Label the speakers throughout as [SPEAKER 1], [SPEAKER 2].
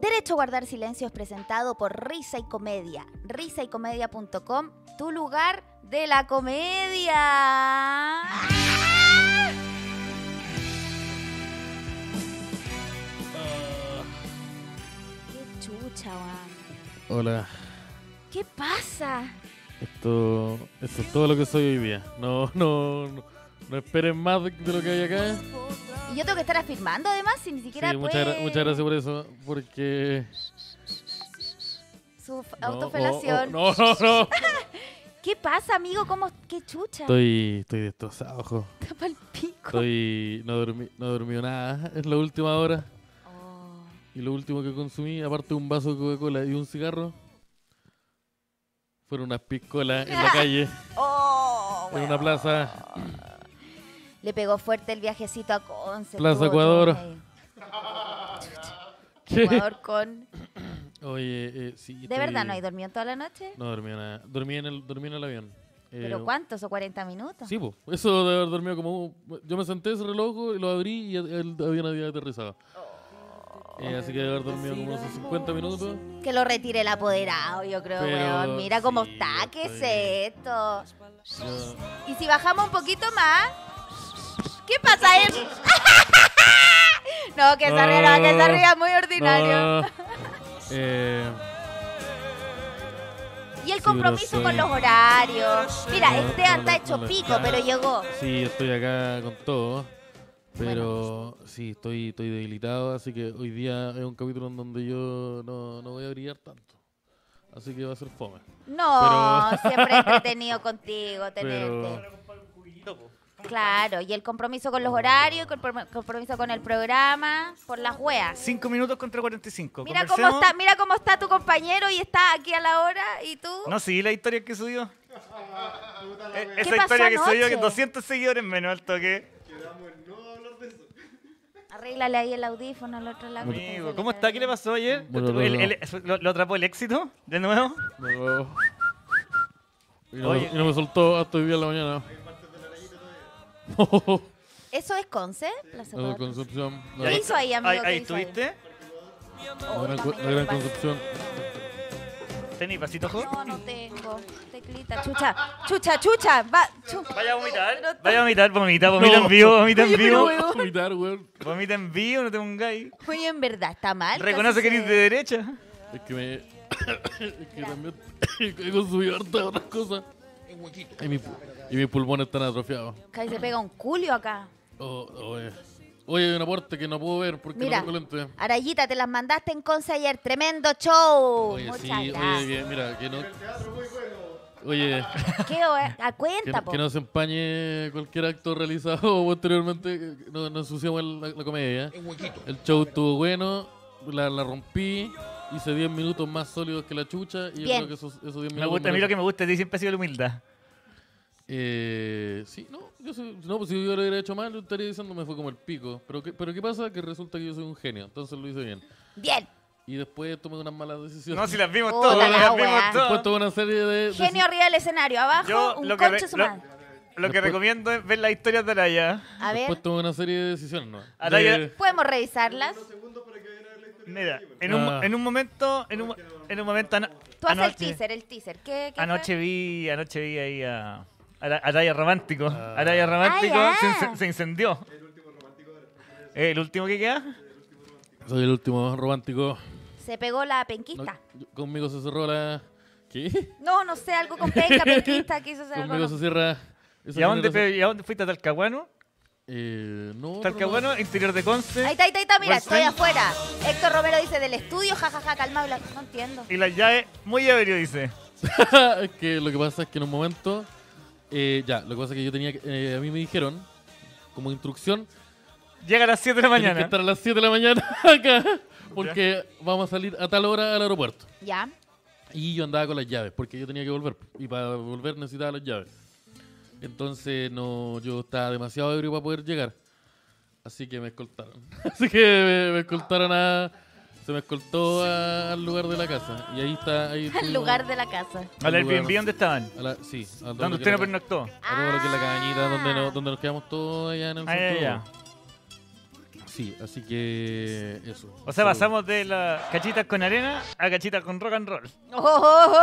[SPEAKER 1] Derecho a Guardar Silencio es presentado por Risa y Comedia. Risaycomedia.com, tu lugar de la comedia.
[SPEAKER 2] Ah.
[SPEAKER 1] ¡Qué chucha, weón!
[SPEAKER 2] Hola,
[SPEAKER 1] ¿Qué pasa?
[SPEAKER 2] esto, esto es todo lo que soy hoy día. No, no, no, no esperen más de de lo que hay acá.
[SPEAKER 1] Y yo tengo que estar afirmando además, si ni siquiera
[SPEAKER 2] Sí,
[SPEAKER 1] puede...
[SPEAKER 2] muchas, gra- muchas gracias por eso, porque...
[SPEAKER 1] Su f-
[SPEAKER 2] no, o- o-
[SPEAKER 1] autofelación.
[SPEAKER 2] No, no, no.
[SPEAKER 1] ¿Qué pasa, amigo? ¿Cómo? ¿Qué chucha?
[SPEAKER 2] Estoy, estoy destrozado, ojo.
[SPEAKER 1] Está pa'l pico.
[SPEAKER 2] Estoy, no dormí, no he dormido nada. Es la última hora.
[SPEAKER 1] Oh.
[SPEAKER 2] Y lo último que consumí, aparte de un vaso de Coca-Cola y un cigarro, fueron unas piscolas en la calle,
[SPEAKER 1] Oh,
[SPEAKER 2] en
[SPEAKER 1] weón.
[SPEAKER 2] una plaza.
[SPEAKER 1] Le pegó fuerte el viajecito a Conce.
[SPEAKER 2] Plaza
[SPEAKER 1] estuvo todo
[SPEAKER 2] Ecuador.
[SPEAKER 1] ahí.
[SPEAKER 2] ¿Qué?
[SPEAKER 1] Ecuador con...
[SPEAKER 2] Oye, eh, sí.
[SPEAKER 1] ¿De verdad no hay dormido toda la noche?
[SPEAKER 2] No dormí nada. Dormí en el, dormí en el avión. Eh,
[SPEAKER 1] ¿Pero cuántos o 40 minutos?
[SPEAKER 2] Sí, po. Eso de haber dormido como... Yo me senté ese reloj y lo abrí y el- el avión había aterrizado. Eh, así que de haber dormido como unos 50 minutos.
[SPEAKER 1] Que lo retire el apoderado, yo creo,
[SPEAKER 2] Pero
[SPEAKER 1] weón. Mira cómo
[SPEAKER 2] sí,
[SPEAKER 1] está, ¿qué
[SPEAKER 2] estoy bien.
[SPEAKER 1] es esto?
[SPEAKER 2] Yo-
[SPEAKER 1] Y si bajamos un poquito más. ¿Qué pasa, él? no, que se ría, no, que se ría, muy ordinario.
[SPEAKER 2] Ah, No, no, no. Eh,
[SPEAKER 1] Y el
[SPEAKER 2] Sí,
[SPEAKER 1] compromiso
[SPEAKER 2] pero
[SPEAKER 1] con
[SPEAKER 2] soy-
[SPEAKER 1] los horarios. Mira,
[SPEAKER 2] No,
[SPEAKER 1] este
[SPEAKER 2] no,
[SPEAKER 1] anda
[SPEAKER 2] no,
[SPEAKER 1] hecho
[SPEAKER 2] no,
[SPEAKER 1] pico,
[SPEAKER 2] claro.
[SPEAKER 1] pero llegó.
[SPEAKER 2] Sí, estoy acá con todo. Pero sí, estoy, estoy debilitado, así que hoy día es un capítulo en donde yo no, no voy a brillar tanto. Así que va a ser fome.
[SPEAKER 1] No, siempre entretenido contigo tenerte.
[SPEAKER 2] Pero
[SPEAKER 1] Claro, y el compromiso con los horarios, el comprom- compromiso con el programa, por las weas.
[SPEAKER 3] 5 minutos contra 45.
[SPEAKER 1] Mira cómo
[SPEAKER 3] Conversemos.
[SPEAKER 1] está, mira cómo está tu compañero y está aquí a la hora y tú.
[SPEAKER 3] No, sí, la historia que subió. Eh, Esa
[SPEAKER 1] pasó
[SPEAKER 3] historia que subió,
[SPEAKER 1] anoche?
[SPEAKER 3] que 200 seguidores menos al toque.
[SPEAKER 1] Arréglale ahí el audífono al otro lado.
[SPEAKER 3] Amigo, ¿cómo está? ¿Qué le pasó ayer?
[SPEAKER 2] Bueno,
[SPEAKER 3] ¿El-
[SPEAKER 2] no,
[SPEAKER 3] el- el- lo, lo atrapó el éxito? ¿De nuevo?
[SPEAKER 2] luego- y, no,
[SPEAKER 3] Oye.
[SPEAKER 2] y no me soltó hasta hoy día en la mañana.
[SPEAKER 1] ¿Eso es Conce? Plaza
[SPEAKER 2] No,
[SPEAKER 1] Ecuador.
[SPEAKER 2] Concepción. La,
[SPEAKER 1] ¿Qué hizo ahí, amigo?
[SPEAKER 3] Ahí,
[SPEAKER 1] ¿Qué
[SPEAKER 3] ahí
[SPEAKER 1] hizo ahí?
[SPEAKER 3] estuviste.
[SPEAKER 1] Oh,
[SPEAKER 2] la gran,
[SPEAKER 1] también
[SPEAKER 2] la gran
[SPEAKER 1] pasa.
[SPEAKER 2] Concepción.
[SPEAKER 3] ¿Tenéis vasito jo?
[SPEAKER 1] No, no tengo. Teclita, chucha, chucha, chucha. Va, chu-
[SPEAKER 3] Vaya a vomitar.
[SPEAKER 1] No,
[SPEAKER 3] Vaya a vomitar, vomita, vomita en vivo, vomita en
[SPEAKER 1] Oye, pero
[SPEAKER 3] vivo.
[SPEAKER 1] weón.
[SPEAKER 2] Vomitar, weón.
[SPEAKER 3] Vomita en vivo, no te pongáis.
[SPEAKER 1] Oye, en verdad, está mal.
[SPEAKER 3] Reconoce
[SPEAKER 1] casi
[SPEAKER 3] que eres
[SPEAKER 1] se-
[SPEAKER 3] de derecha.
[SPEAKER 2] Es que me. es que también he consumido hartas otras cosas. Y, mi pu- y mis pulmones están atrofiados.
[SPEAKER 1] Casi se pega un culio acá.
[SPEAKER 2] Oh, oh, eh. Oye, hay una puerta que no puedo ver porque
[SPEAKER 1] Mira,
[SPEAKER 2] no tengo lente.
[SPEAKER 1] Arayita, te las mandaste en Conce ayer. Tremendo show.
[SPEAKER 2] Oye,
[SPEAKER 1] Muchas
[SPEAKER 2] sí,
[SPEAKER 1] gracias.
[SPEAKER 2] oye, que- mira, que no. Oye,
[SPEAKER 1] ¿Qué, oe? A
[SPEAKER 2] que,
[SPEAKER 1] cuenta,
[SPEAKER 2] no-
[SPEAKER 1] po.
[SPEAKER 2] que no se empañe cualquier acto realizado posteriormente. que No, no ensuciamos la, la comedia. El show estuvo bueno, la, la rompí, hice 10 minutos más sólidos que la chucha. Y yo
[SPEAKER 1] Bien.
[SPEAKER 2] creo que esos, esos 10
[SPEAKER 3] Me
[SPEAKER 2] minutos.
[SPEAKER 3] gusta, a mí lo
[SPEAKER 2] merecen-
[SPEAKER 3] que me gusta es que siempre ha sido la humildad.
[SPEAKER 2] Eh, sí, no, yo soy- no, pues si yo lo hubiera hecho mal, yo estaría diciendo me fue como el pico. Pero ¿qué, pero ¿qué pasa? Que resulta que yo soy un genio, entonces lo hice bien.
[SPEAKER 1] Bien.
[SPEAKER 2] Y después tomé unas malas decisiones.
[SPEAKER 3] No, si las vimos
[SPEAKER 1] Puta
[SPEAKER 3] todas,
[SPEAKER 1] la
[SPEAKER 3] las
[SPEAKER 1] wea.
[SPEAKER 3] vimos
[SPEAKER 2] Después
[SPEAKER 3] todas.
[SPEAKER 2] tomé una serie de...
[SPEAKER 1] Genio arriba del escenario. Abajo,
[SPEAKER 3] Yo
[SPEAKER 1] un
[SPEAKER 3] lo que, re-
[SPEAKER 1] concho su
[SPEAKER 3] lo-
[SPEAKER 1] madre.
[SPEAKER 3] lo que
[SPEAKER 2] Después-
[SPEAKER 3] recomiendo es ver las historias de Araya.
[SPEAKER 1] A ver,
[SPEAKER 2] Después tomé una serie de decisiones, ¿no?
[SPEAKER 3] Araya-
[SPEAKER 2] De-
[SPEAKER 1] podemos revisarlas.
[SPEAKER 3] Mira, en un,
[SPEAKER 2] Ah.
[SPEAKER 3] en un momento, en un, en un momento ano-
[SPEAKER 1] Tú haces el
[SPEAKER 3] anoche,
[SPEAKER 1] teaser, el teaser. ¿Qué, qué fue?
[SPEAKER 3] anoche vi, anoche vi ahí a Ara- Araya Romántico. Araya Romántico
[SPEAKER 1] Ah,
[SPEAKER 3] se,
[SPEAKER 1] ya.
[SPEAKER 3] ince- se incendió. Eh, El último que queda.
[SPEAKER 2] Soy el último romántico.
[SPEAKER 1] Se pegó la
[SPEAKER 2] No,
[SPEAKER 1] penquista.
[SPEAKER 2] yo- conmigo se cerró la... ¿Qué?
[SPEAKER 1] No, no sé, algo con penca, penquista, quiso hacer algo.
[SPEAKER 2] Conmigo se cierra... esa
[SPEAKER 3] ¿Y a dónde,
[SPEAKER 2] generación.
[SPEAKER 3] pe- y a dónde fuiste a Talcahuano?
[SPEAKER 2] Eh, no,
[SPEAKER 3] Uh.
[SPEAKER 2] pero no-
[SPEAKER 3] Talcahuano, exterior de Conce.
[SPEAKER 1] Ahí está, ahí está, ahí está, mira,
[SPEAKER 3] Buen
[SPEAKER 1] estoy
[SPEAKER 3] swing.
[SPEAKER 1] afuera. Héctor Romero dice del estudio, jajaja, calmado. la- No entiendo.
[SPEAKER 3] Y las llaves, muy aéreo, dice.
[SPEAKER 2] Es que lo que pasa es que en un momento, eh, ya, lo que pasa es que yo tenía, que- eh, a mí me dijeron, como instrucción,
[SPEAKER 3] Llega a las 7 de la
[SPEAKER 2] Tienes que
[SPEAKER 3] mañana.
[SPEAKER 2] estar a las 7 de la mañana acá, porque vamos a salir a tal hora al aeropuerto.
[SPEAKER 1] ¿Ya?
[SPEAKER 2] Y yo andaba con las llaves, porque yo tenía que volver, y para volver necesitaba las llaves. Entonces no, yo estaba demasiado ebrio para poder llegar, así que me escoltaron. Así que me, me escoltaron a... Se me escoltó a- al lugar de la casa, y ahí está... Ahí
[SPEAKER 1] Al lugar de la casa.
[SPEAKER 3] Al
[SPEAKER 2] Al lugar,
[SPEAKER 3] Airbnb, ¿dónde estaban?
[SPEAKER 2] a la- sí, al lugar
[SPEAKER 3] Donde
[SPEAKER 2] de
[SPEAKER 3] usted no
[SPEAKER 2] la casa.
[SPEAKER 3] pernoctó.
[SPEAKER 2] Ahora que
[SPEAKER 1] Ah.
[SPEAKER 2] la
[SPEAKER 3] Ah,
[SPEAKER 2] cabañita donde, no- donde nos quedamos todos allá en el
[SPEAKER 3] Ahí,
[SPEAKER 2] centro.
[SPEAKER 3] allá.
[SPEAKER 2] Sí, Sí, así que eso.
[SPEAKER 3] O sea, pasamos de las cachitas con arena a cachitas con rock and roll.
[SPEAKER 1] Oh, oh,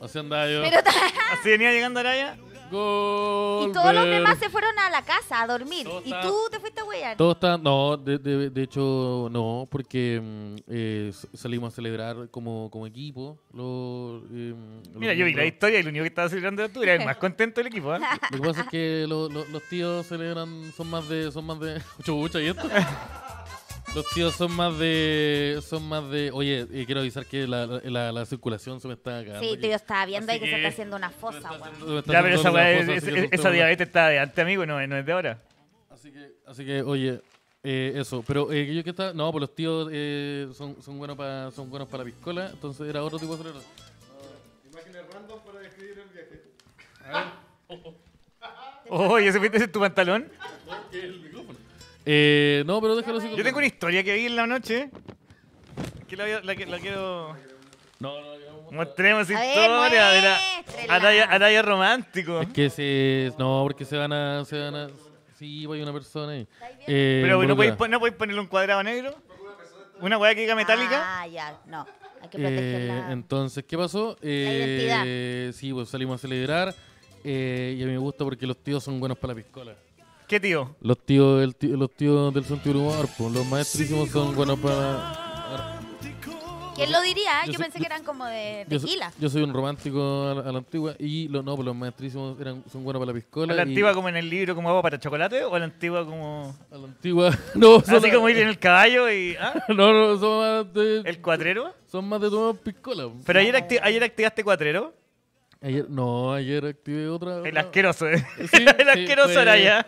[SPEAKER 1] oh.
[SPEAKER 2] Así andaba yo.
[SPEAKER 1] Pero ta-
[SPEAKER 3] Así venía llegando Araya.
[SPEAKER 2] Gol.
[SPEAKER 1] y todos los demás se fueron a la casa a dormir.
[SPEAKER 2] Todos
[SPEAKER 1] Y
[SPEAKER 2] estaban-
[SPEAKER 1] tú te fuiste a huear.
[SPEAKER 2] Todo está, no, de, de- de hecho no, porque mm, eh, s- salimos a celebrar como, como equipo. Los, eh, los
[SPEAKER 3] Mira, yo vi la
[SPEAKER 2] miembros.
[SPEAKER 3] historia y lo único que estaba celebrando era tú. Era el más contento del equipo. ¿eh?
[SPEAKER 2] Lo que pasa es que lo- lo- los tíos celebran, son más de, son más de, chucha y esto. Los tíos son más de, son más de, oye, eh, quiero avisar que la, la, la- la circulación se me está cagando.
[SPEAKER 1] Sí,
[SPEAKER 2] aquí.
[SPEAKER 1] yo estaba viendo ahí
[SPEAKER 3] Así
[SPEAKER 1] que se está
[SPEAKER 3] que-
[SPEAKER 1] haciendo una fosa,
[SPEAKER 2] Se me está
[SPEAKER 1] weón.
[SPEAKER 2] haciendo- se me está
[SPEAKER 3] Ya, pero
[SPEAKER 2] haciendo
[SPEAKER 3] esa,
[SPEAKER 2] una
[SPEAKER 3] weá es-
[SPEAKER 2] cosa,
[SPEAKER 3] es-
[SPEAKER 2] así que
[SPEAKER 3] es-
[SPEAKER 2] soltemos
[SPEAKER 3] esa
[SPEAKER 2] la-
[SPEAKER 3] diabetes está de antes, amigo, no, no es de ahora.
[SPEAKER 2] Así que, así que oye, eh, eso, pero eh, yo que estaba, no, pues los tíos eh, son, son buenos para son buenos para la piscola, entonces era otro tipo de celebración.
[SPEAKER 4] Imágenes random para describir el viaje.
[SPEAKER 3] Oh, ¿y ese fuiste en tu pantalón?
[SPEAKER 2] Eh, no, pero déjalo así.
[SPEAKER 3] Yo tengo una historia que vi en la noche. Que la, voy a- la que- la quiero.
[SPEAKER 2] No, no, no, no.
[SPEAKER 3] Mostremos
[SPEAKER 1] A ver,
[SPEAKER 3] historia de la.
[SPEAKER 1] muéstrela.
[SPEAKER 3] Araya, Araya romántico.
[SPEAKER 2] Es que se. No, porque se van a. Se van a sí, pues hay una persona ahí. Eh,
[SPEAKER 3] Pero ¿no podéis,
[SPEAKER 2] involucrada.
[SPEAKER 3] pon- ¿no podéis ponerle un cuadrado negro? ¿Una weá que diga metálica?
[SPEAKER 1] Ah, ya, no. Hay que
[SPEAKER 2] Eh,
[SPEAKER 1] protegerla.
[SPEAKER 2] entonces, ¿qué pasó? Eh, sí, pues salimos a celebrar. eh, y a mí me gusta porque los tíos son buenos para la piscola.
[SPEAKER 3] ¿Qué tío?
[SPEAKER 2] Los tíos, el tío- los tíos del sentido del humor, pues, los maestrísimos son buenos para.
[SPEAKER 1] ¿Quién lo diría? eh? Yo,
[SPEAKER 2] yo soy-
[SPEAKER 1] pensé que eran como de
[SPEAKER 2] Yo, so-
[SPEAKER 1] tequila.
[SPEAKER 2] yo soy un romántico a la, a la antigua y los, no, pues los maestrísimos eran, son buenos para la piscola.
[SPEAKER 3] ¿La
[SPEAKER 2] y-
[SPEAKER 3] antigua como en el libro como agua para chocolate? ¿O la antigua como.?
[SPEAKER 2] A la antigua. No, son-
[SPEAKER 3] Así como ir en el caballo y. ¿ah?
[SPEAKER 2] No, no, son más de.
[SPEAKER 3] ¿El cuatrero?
[SPEAKER 2] Son más de tomar piscola.
[SPEAKER 3] Pero ayer, acti- ayer activaste cuatrero.
[SPEAKER 2] Ayer, no, ayer activé otra.
[SPEAKER 3] El
[SPEAKER 2] otra-
[SPEAKER 3] asqueroso, ¿eh?
[SPEAKER 2] Sí, sí,
[SPEAKER 3] el asqueroso
[SPEAKER 2] fue-
[SPEAKER 3] Araya.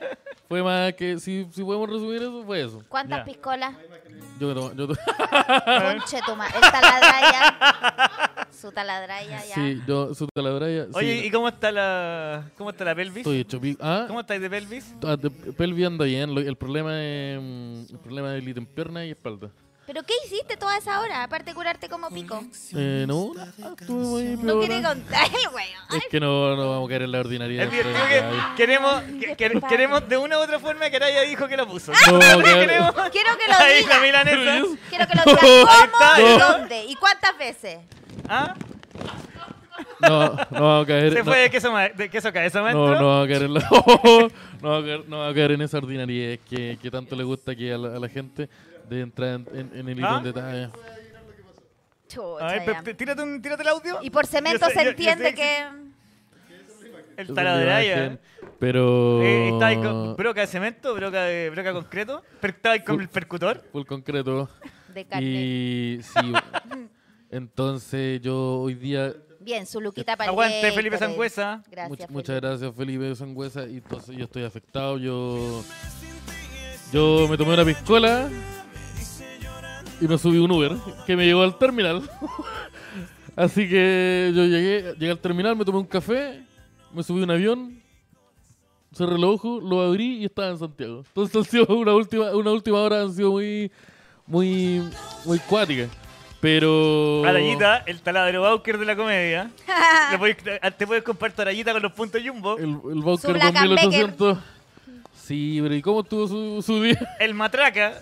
[SPEAKER 2] Fue más que. Si, si podemos resumir eso, fue eso.
[SPEAKER 1] ¿Cuántas
[SPEAKER 3] Ya.
[SPEAKER 1] piscolas?
[SPEAKER 2] Yo me tomo- yo to-
[SPEAKER 1] Ah, Conche tu ma- El taladraya. Su taladraya ya.
[SPEAKER 2] Sí, yo. Su taladraya.
[SPEAKER 3] Oye,
[SPEAKER 2] sí,
[SPEAKER 3] ¿y cómo está la. ¿Cómo está la pelvis?
[SPEAKER 2] Estoy hecho pico. Ah,
[SPEAKER 3] ¿Cómo estáis de pelvis?
[SPEAKER 2] ah, de- pelvis anda bien. lo- el problema es. mm, El problema es el en pierna y espalda.
[SPEAKER 1] ¿Pero qué hiciste toda esa hora? Aparte de curarte como pico.
[SPEAKER 2] Eh, no, nada, estuve ahí,
[SPEAKER 1] No
[SPEAKER 2] ah. pero
[SPEAKER 1] quiere
[SPEAKER 2] nada.
[SPEAKER 1] contar el weón.
[SPEAKER 2] Es que no, no vamos a caer en la ordinaria.
[SPEAKER 3] Es divertido que queremos, que- que-
[SPEAKER 1] Ay, qué
[SPEAKER 3] queremos de una u otra forma que Araya dijo que la puso.
[SPEAKER 2] No, claro.
[SPEAKER 3] queremos.
[SPEAKER 1] Quiero que lo
[SPEAKER 3] Ahí la
[SPEAKER 1] diga.
[SPEAKER 3] milanesa.
[SPEAKER 1] Quiero que lo diga.
[SPEAKER 3] Ahí
[SPEAKER 1] ¿Cómo?
[SPEAKER 3] está.
[SPEAKER 1] y
[SPEAKER 3] No.
[SPEAKER 1] ¿Dónde? ¿Y cuántas veces?
[SPEAKER 3] ¿Ah?
[SPEAKER 2] No, no vamos a caer.
[SPEAKER 3] Se
[SPEAKER 2] no-
[SPEAKER 3] fue de queso, ma- de queso cabeza maestro.
[SPEAKER 2] No, no va a caer en la- no va a caer- no va a caer en esa ordinariedad que, que tanto le gusta aquí a la, a la gente de entrar en, en- en el hilo
[SPEAKER 3] ¿Ah?
[SPEAKER 2] en detalle.
[SPEAKER 1] Chucha,
[SPEAKER 3] A ver,
[SPEAKER 1] ya.
[SPEAKER 3] pe- tírate, un, tírate el audio.
[SPEAKER 1] Y por cemento
[SPEAKER 3] Yo sé- yo-
[SPEAKER 1] se
[SPEAKER 3] yo
[SPEAKER 1] entiende
[SPEAKER 3] sé
[SPEAKER 1] que.
[SPEAKER 2] Esa
[SPEAKER 3] El
[SPEAKER 2] es
[SPEAKER 3] taladro de
[SPEAKER 2] la
[SPEAKER 3] Araya.
[SPEAKER 2] imagen, Pero.
[SPEAKER 3] Eh, estaba ahí
[SPEAKER 2] Uh.
[SPEAKER 3] con broca de cemento, broca de broca de concreto. Per, estaba ahí con el percutor.
[SPEAKER 2] Full concreto.
[SPEAKER 1] De carne.
[SPEAKER 2] Y sí. Entonces yo hoy día.
[SPEAKER 1] Bien, su luquita para el
[SPEAKER 3] Aguante,
[SPEAKER 1] Gatorade.
[SPEAKER 3] Felipe Sangüesa.
[SPEAKER 1] Gracias.
[SPEAKER 2] much-
[SPEAKER 1] Felipe.
[SPEAKER 2] muchas gracias, Felipe Sangüesa. Y entonces yo estoy afectado. Yo. Yo me tomé una piscola. Y me subí un Uber que me llegó al terminal. Así que yo llegué, llegué al terminal, me tomé un café, me subí a un avión, cerré el ojo, lo abrí y estaba en Santiago. Entonces han sido una última, una última hora han sido muy, muy, muy cuáticas. Pero.
[SPEAKER 3] Arayita, el taladro Bowker de la comedia. Le podéis- eh, te puedes compartir Arayita con los puntos Jumbo.
[SPEAKER 2] El, el Boxer
[SPEAKER 1] Su Black and
[SPEAKER 2] 2800. Sí, pero ¿y cómo estuvo su, su día?
[SPEAKER 3] El matraca.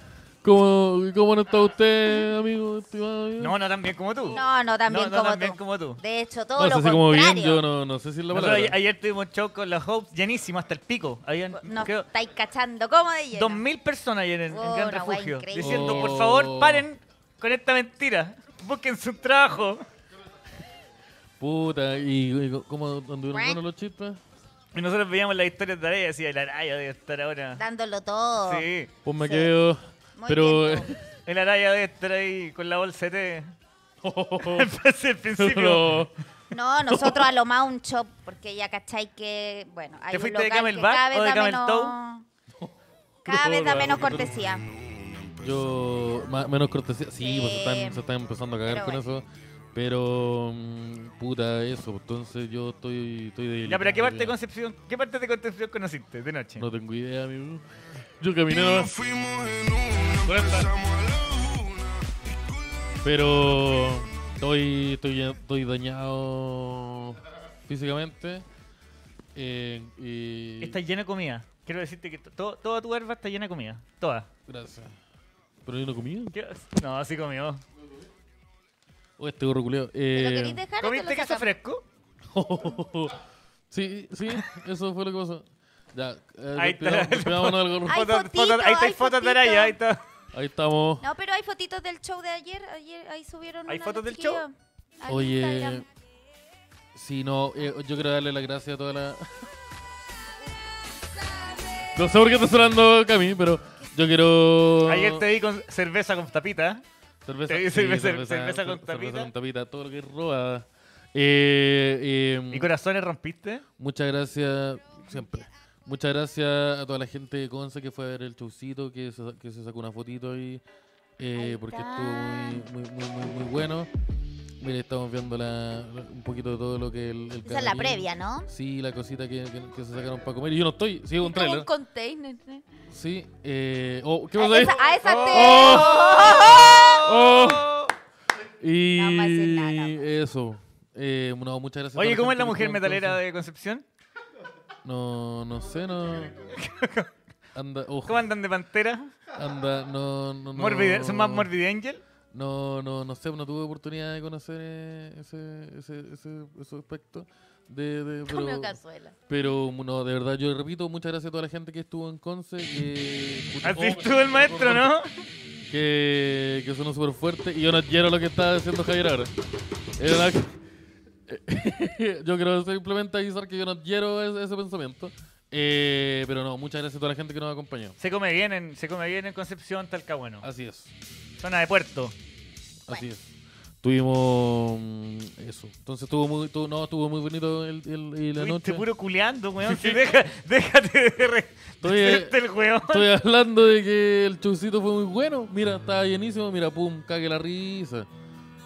[SPEAKER 2] ¿Cómo, ¿Cómo no está usted, amigo, estimado amigo?
[SPEAKER 3] No, no tan bien como tú.
[SPEAKER 1] No, no tan
[SPEAKER 3] No,
[SPEAKER 1] bien
[SPEAKER 3] no
[SPEAKER 1] como
[SPEAKER 3] tan bien
[SPEAKER 1] tú.
[SPEAKER 3] como tú.
[SPEAKER 1] De hecho, todo
[SPEAKER 2] No
[SPEAKER 1] lo
[SPEAKER 2] sé si
[SPEAKER 1] contrario.
[SPEAKER 2] como bien, yo no, no sé si es la
[SPEAKER 3] Nosotros
[SPEAKER 2] palabra.
[SPEAKER 3] ayer, ayer tuvimos show con la Hope llenísimo hasta el pico. Habían,
[SPEAKER 1] No
[SPEAKER 3] creo,
[SPEAKER 1] estáis cachando cómo de lleno.
[SPEAKER 3] dos mil personas ayer en, en
[SPEAKER 1] Oh,
[SPEAKER 3] Gran
[SPEAKER 1] una guay
[SPEAKER 3] Refugio
[SPEAKER 1] increíble.
[SPEAKER 3] diciendo, por
[SPEAKER 2] Oh.
[SPEAKER 3] favor, paren con esta mentira. Busquen su trabajo.
[SPEAKER 2] Puta, ¿y, y cómo anduvieron buenos los chistes?
[SPEAKER 3] Y nosotros veíamos las historias de Araya y decía, el Araya debe estar ahora.
[SPEAKER 1] Dándolo todo.
[SPEAKER 3] Sí,
[SPEAKER 2] Pues me
[SPEAKER 1] Sí.
[SPEAKER 2] quedo.
[SPEAKER 1] Muy
[SPEAKER 2] Pero.
[SPEAKER 1] bien,
[SPEAKER 3] el Araya debe estar ahí con la bolsa de té.
[SPEAKER 2] eh,
[SPEAKER 3] Empecé al principio.
[SPEAKER 2] no.
[SPEAKER 1] No, nosotros a lo más un shop, porque ya cacháis que, bueno, hay
[SPEAKER 3] ¿Te
[SPEAKER 1] un
[SPEAKER 3] fuiste de
[SPEAKER 1] local que
[SPEAKER 3] Camelback
[SPEAKER 1] cada vez
[SPEAKER 3] o de
[SPEAKER 1] da
[SPEAKER 3] Camel
[SPEAKER 1] menos- Cada
[SPEAKER 2] No,
[SPEAKER 1] vez da
[SPEAKER 2] no,
[SPEAKER 1] menos
[SPEAKER 2] no.
[SPEAKER 1] cortesía.
[SPEAKER 2] Yo. ma- menos cortesía. Sí, pues se
[SPEAKER 1] Eh,
[SPEAKER 2] están, se están empezando a cagar
[SPEAKER 1] pero
[SPEAKER 2] con eso. Pero. mm, puta, eso. Entonces yo estoy. estoy de
[SPEAKER 3] Ya, pero ¿qué parte, de Concepción, ¿qué parte de Concepción conociste de noche?
[SPEAKER 2] No tengo idea, amigo. Yo caminé nomás. Pero estoy, estoy, estoy dañado físicamente. Eh, y
[SPEAKER 3] Está llena de comida. Quiero decirte que to- todo- toda tu barba está llena de comida. Toda.
[SPEAKER 2] Gracias. Pero yo no comí.
[SPEAKER 3] ¿Qué? No, así comió.
[SPEAKER 2] Oh, este gorro Eh, culeo.
[SPEAKER 1] ¿Te lo queréis dejar o te lo
[SPEAKER 3] ¿Comiste queso
[SPEAKER 1] sacamos?
[SPEAKER 3] fresco?
[SPEAKER 2] sí, sí, eso fue lo que pasó. Ya, eh,
[SPEAKER 3] Ahí está.
[SPEAKER 2] despidamos- despidámonos del gorro.
[SPEAKER 1] Ay. Hay
[SPEAKER 3] Fotos-
[SPEAKER 1] fotito,
[SPEAKER 3] fotos- ahí está,
[SPEAKER 1] hay
[SPEAKER 3] hay fotos de
[SPEAKER 1] fotito.
[SPEAKER 3] Araya, ahí está.
[SPEAKER 2] Ahí estamos.
[SPEAKER 1] No, pero hay fotitos del show de ayer. ayer ahí subieron
[SPEAKER 3] ¿Hay
[SPEAKER 1] una
[SPEAKER 3] fotos
[SPEAKER 1] los
[SPEAKER 3] del show?
[SPEAKER 1] chiquillos al
[SPEAKER 2] Oye,
[SPEAKER 1] Instagram.
[SPEAKER 2] si no, eh, yo quiero darle las gracias a toda la. No sé por qué está sonando Cami, pero yo quiero.
[SPEAKER 3] Ayer te vi con cerveza con tapita.
[SPEAKER 2] Cerveza,
[SPEAKER 3] te di
[SPEAKER 2] sí,
[SPEAKER 3] cerveza- cerveza con
[SPEAKER 2] cer-
[SPEAKER 3] tapita.
[SPEAKER 2] con tapita, todo lo que es roba. Eh, eh,
[SPEAKER 3] ¿Y corazones rompiste?
[SPEAKER 2] Muchas gracias, siempre. Muchas gracias a toda la gente de Conce que fue a ver el showcito, que se, que se sacó una fotito ahí, eh,
[SPEAKER 1] Ahí
[SPEAKER 2] porque
[SPEAKER 1] está.
[SPEAKER 2] estuvo muy, muy, muy, muy, muy bueno. Mire, estamos viendo la, la- un poquito de todo lo que el, el
[SPEAKER 1] Esa es la
[SPEAKER 2] camarín.
[SPEAKER 1] previa, ¿no?
[SPEAKER 2] Sí, la cosita que, que- que se sacaron para comer. Y yo no estoy, sí, un
[SPEAKER 1] Como un
[SPEAKER 2] trailer.
[SPEAKER 1] container. ¿eh?
[SPEAKER 2] Sí, eh, oh, ¿qué pasó
[SPEAKER 1] A
[SPEAKER 2] ahí?
[SPEAKER 1] esa, a esa
[SPEAKER 3] Oh.
[SPEAKER 1] te-
[SPEAKER 2] Oh. Y
[SPEAKER 1] No, más de nada, más.
[SPEAKER 2] eso. Eh, no, muchas gracias. a toda
[SPEAKER 3] Oye, ¿cómo es
[SPEAKER 2] gente
[SPEAKER 3] la
[SPEAKER 2] que
[SPEAKER 3] mujer
[SPEAKER 2] estuvo en
[SPEAKER 3] metalera
[SPEAKER 2] Conce.
[SPEAKER 3] de Concepción?
[SPEAKER 2] No, no sé, no. Anda, ojo.
[SPEAKER 3] ¿Cómo andan de pantera?
[SPEAKER 2] Anda, no, no, no.
[SPEAKER 3] Morbid- ¿Son más Morbid Angel?
[SPEAKER 2] No, no, no sé, no tuve oportunidad de conocer eh, ese, ese, ese, ese aspecto. De, de- pero,
[SPEAKER 1] Comió cazuela.
[SPEAKER 2] pero, no, de verdad, yo repito, muchas gracias a toda la gente que estuvo en Conce. Que, escuchó-
[SPEAKER 3] Así
[SPEAKER 2] Oh,
[SPEAKER 3] estuvo el maestro, ¿no?
[SPEAKER 2] Que, que sonó súper fuerte. Y yo no quiero lo que estaba diciendo Javier ahora. Era una- yo creo simplemente avisar que yo no quiero ese, ese pensamiento. Eh, pero no, muchas gracias a toda la gente que nos acompañó.
[SPEAKER 3] Se come bien en, se come bien en Concepción, Talcahuano.
[SPEAKER 2] Así es.
[SPEAKER 3] Zona de puerto.
[SPEAKER 2] Así es. Tuvimos mm, eso. Entonces estuvo muy, tu- no, estuvo muy bonito el, el- y la
[SPEAKER 3] Estuviste
[SPEAKER 2] noche.
[SPEAKER 3] puro culeando, weón. Si deja- déjate de re-
[SPEAKER 2] Estoy,
[SPEAKER 3] de
[SPEAKER 2] eh,
[SPEAKER 3] hacerte el weón.
[SPEAKER 2] Estoy hablando de que el chucito fue muy bueno. Mira, estaba llenísimo. Mira, pum, cague la risa.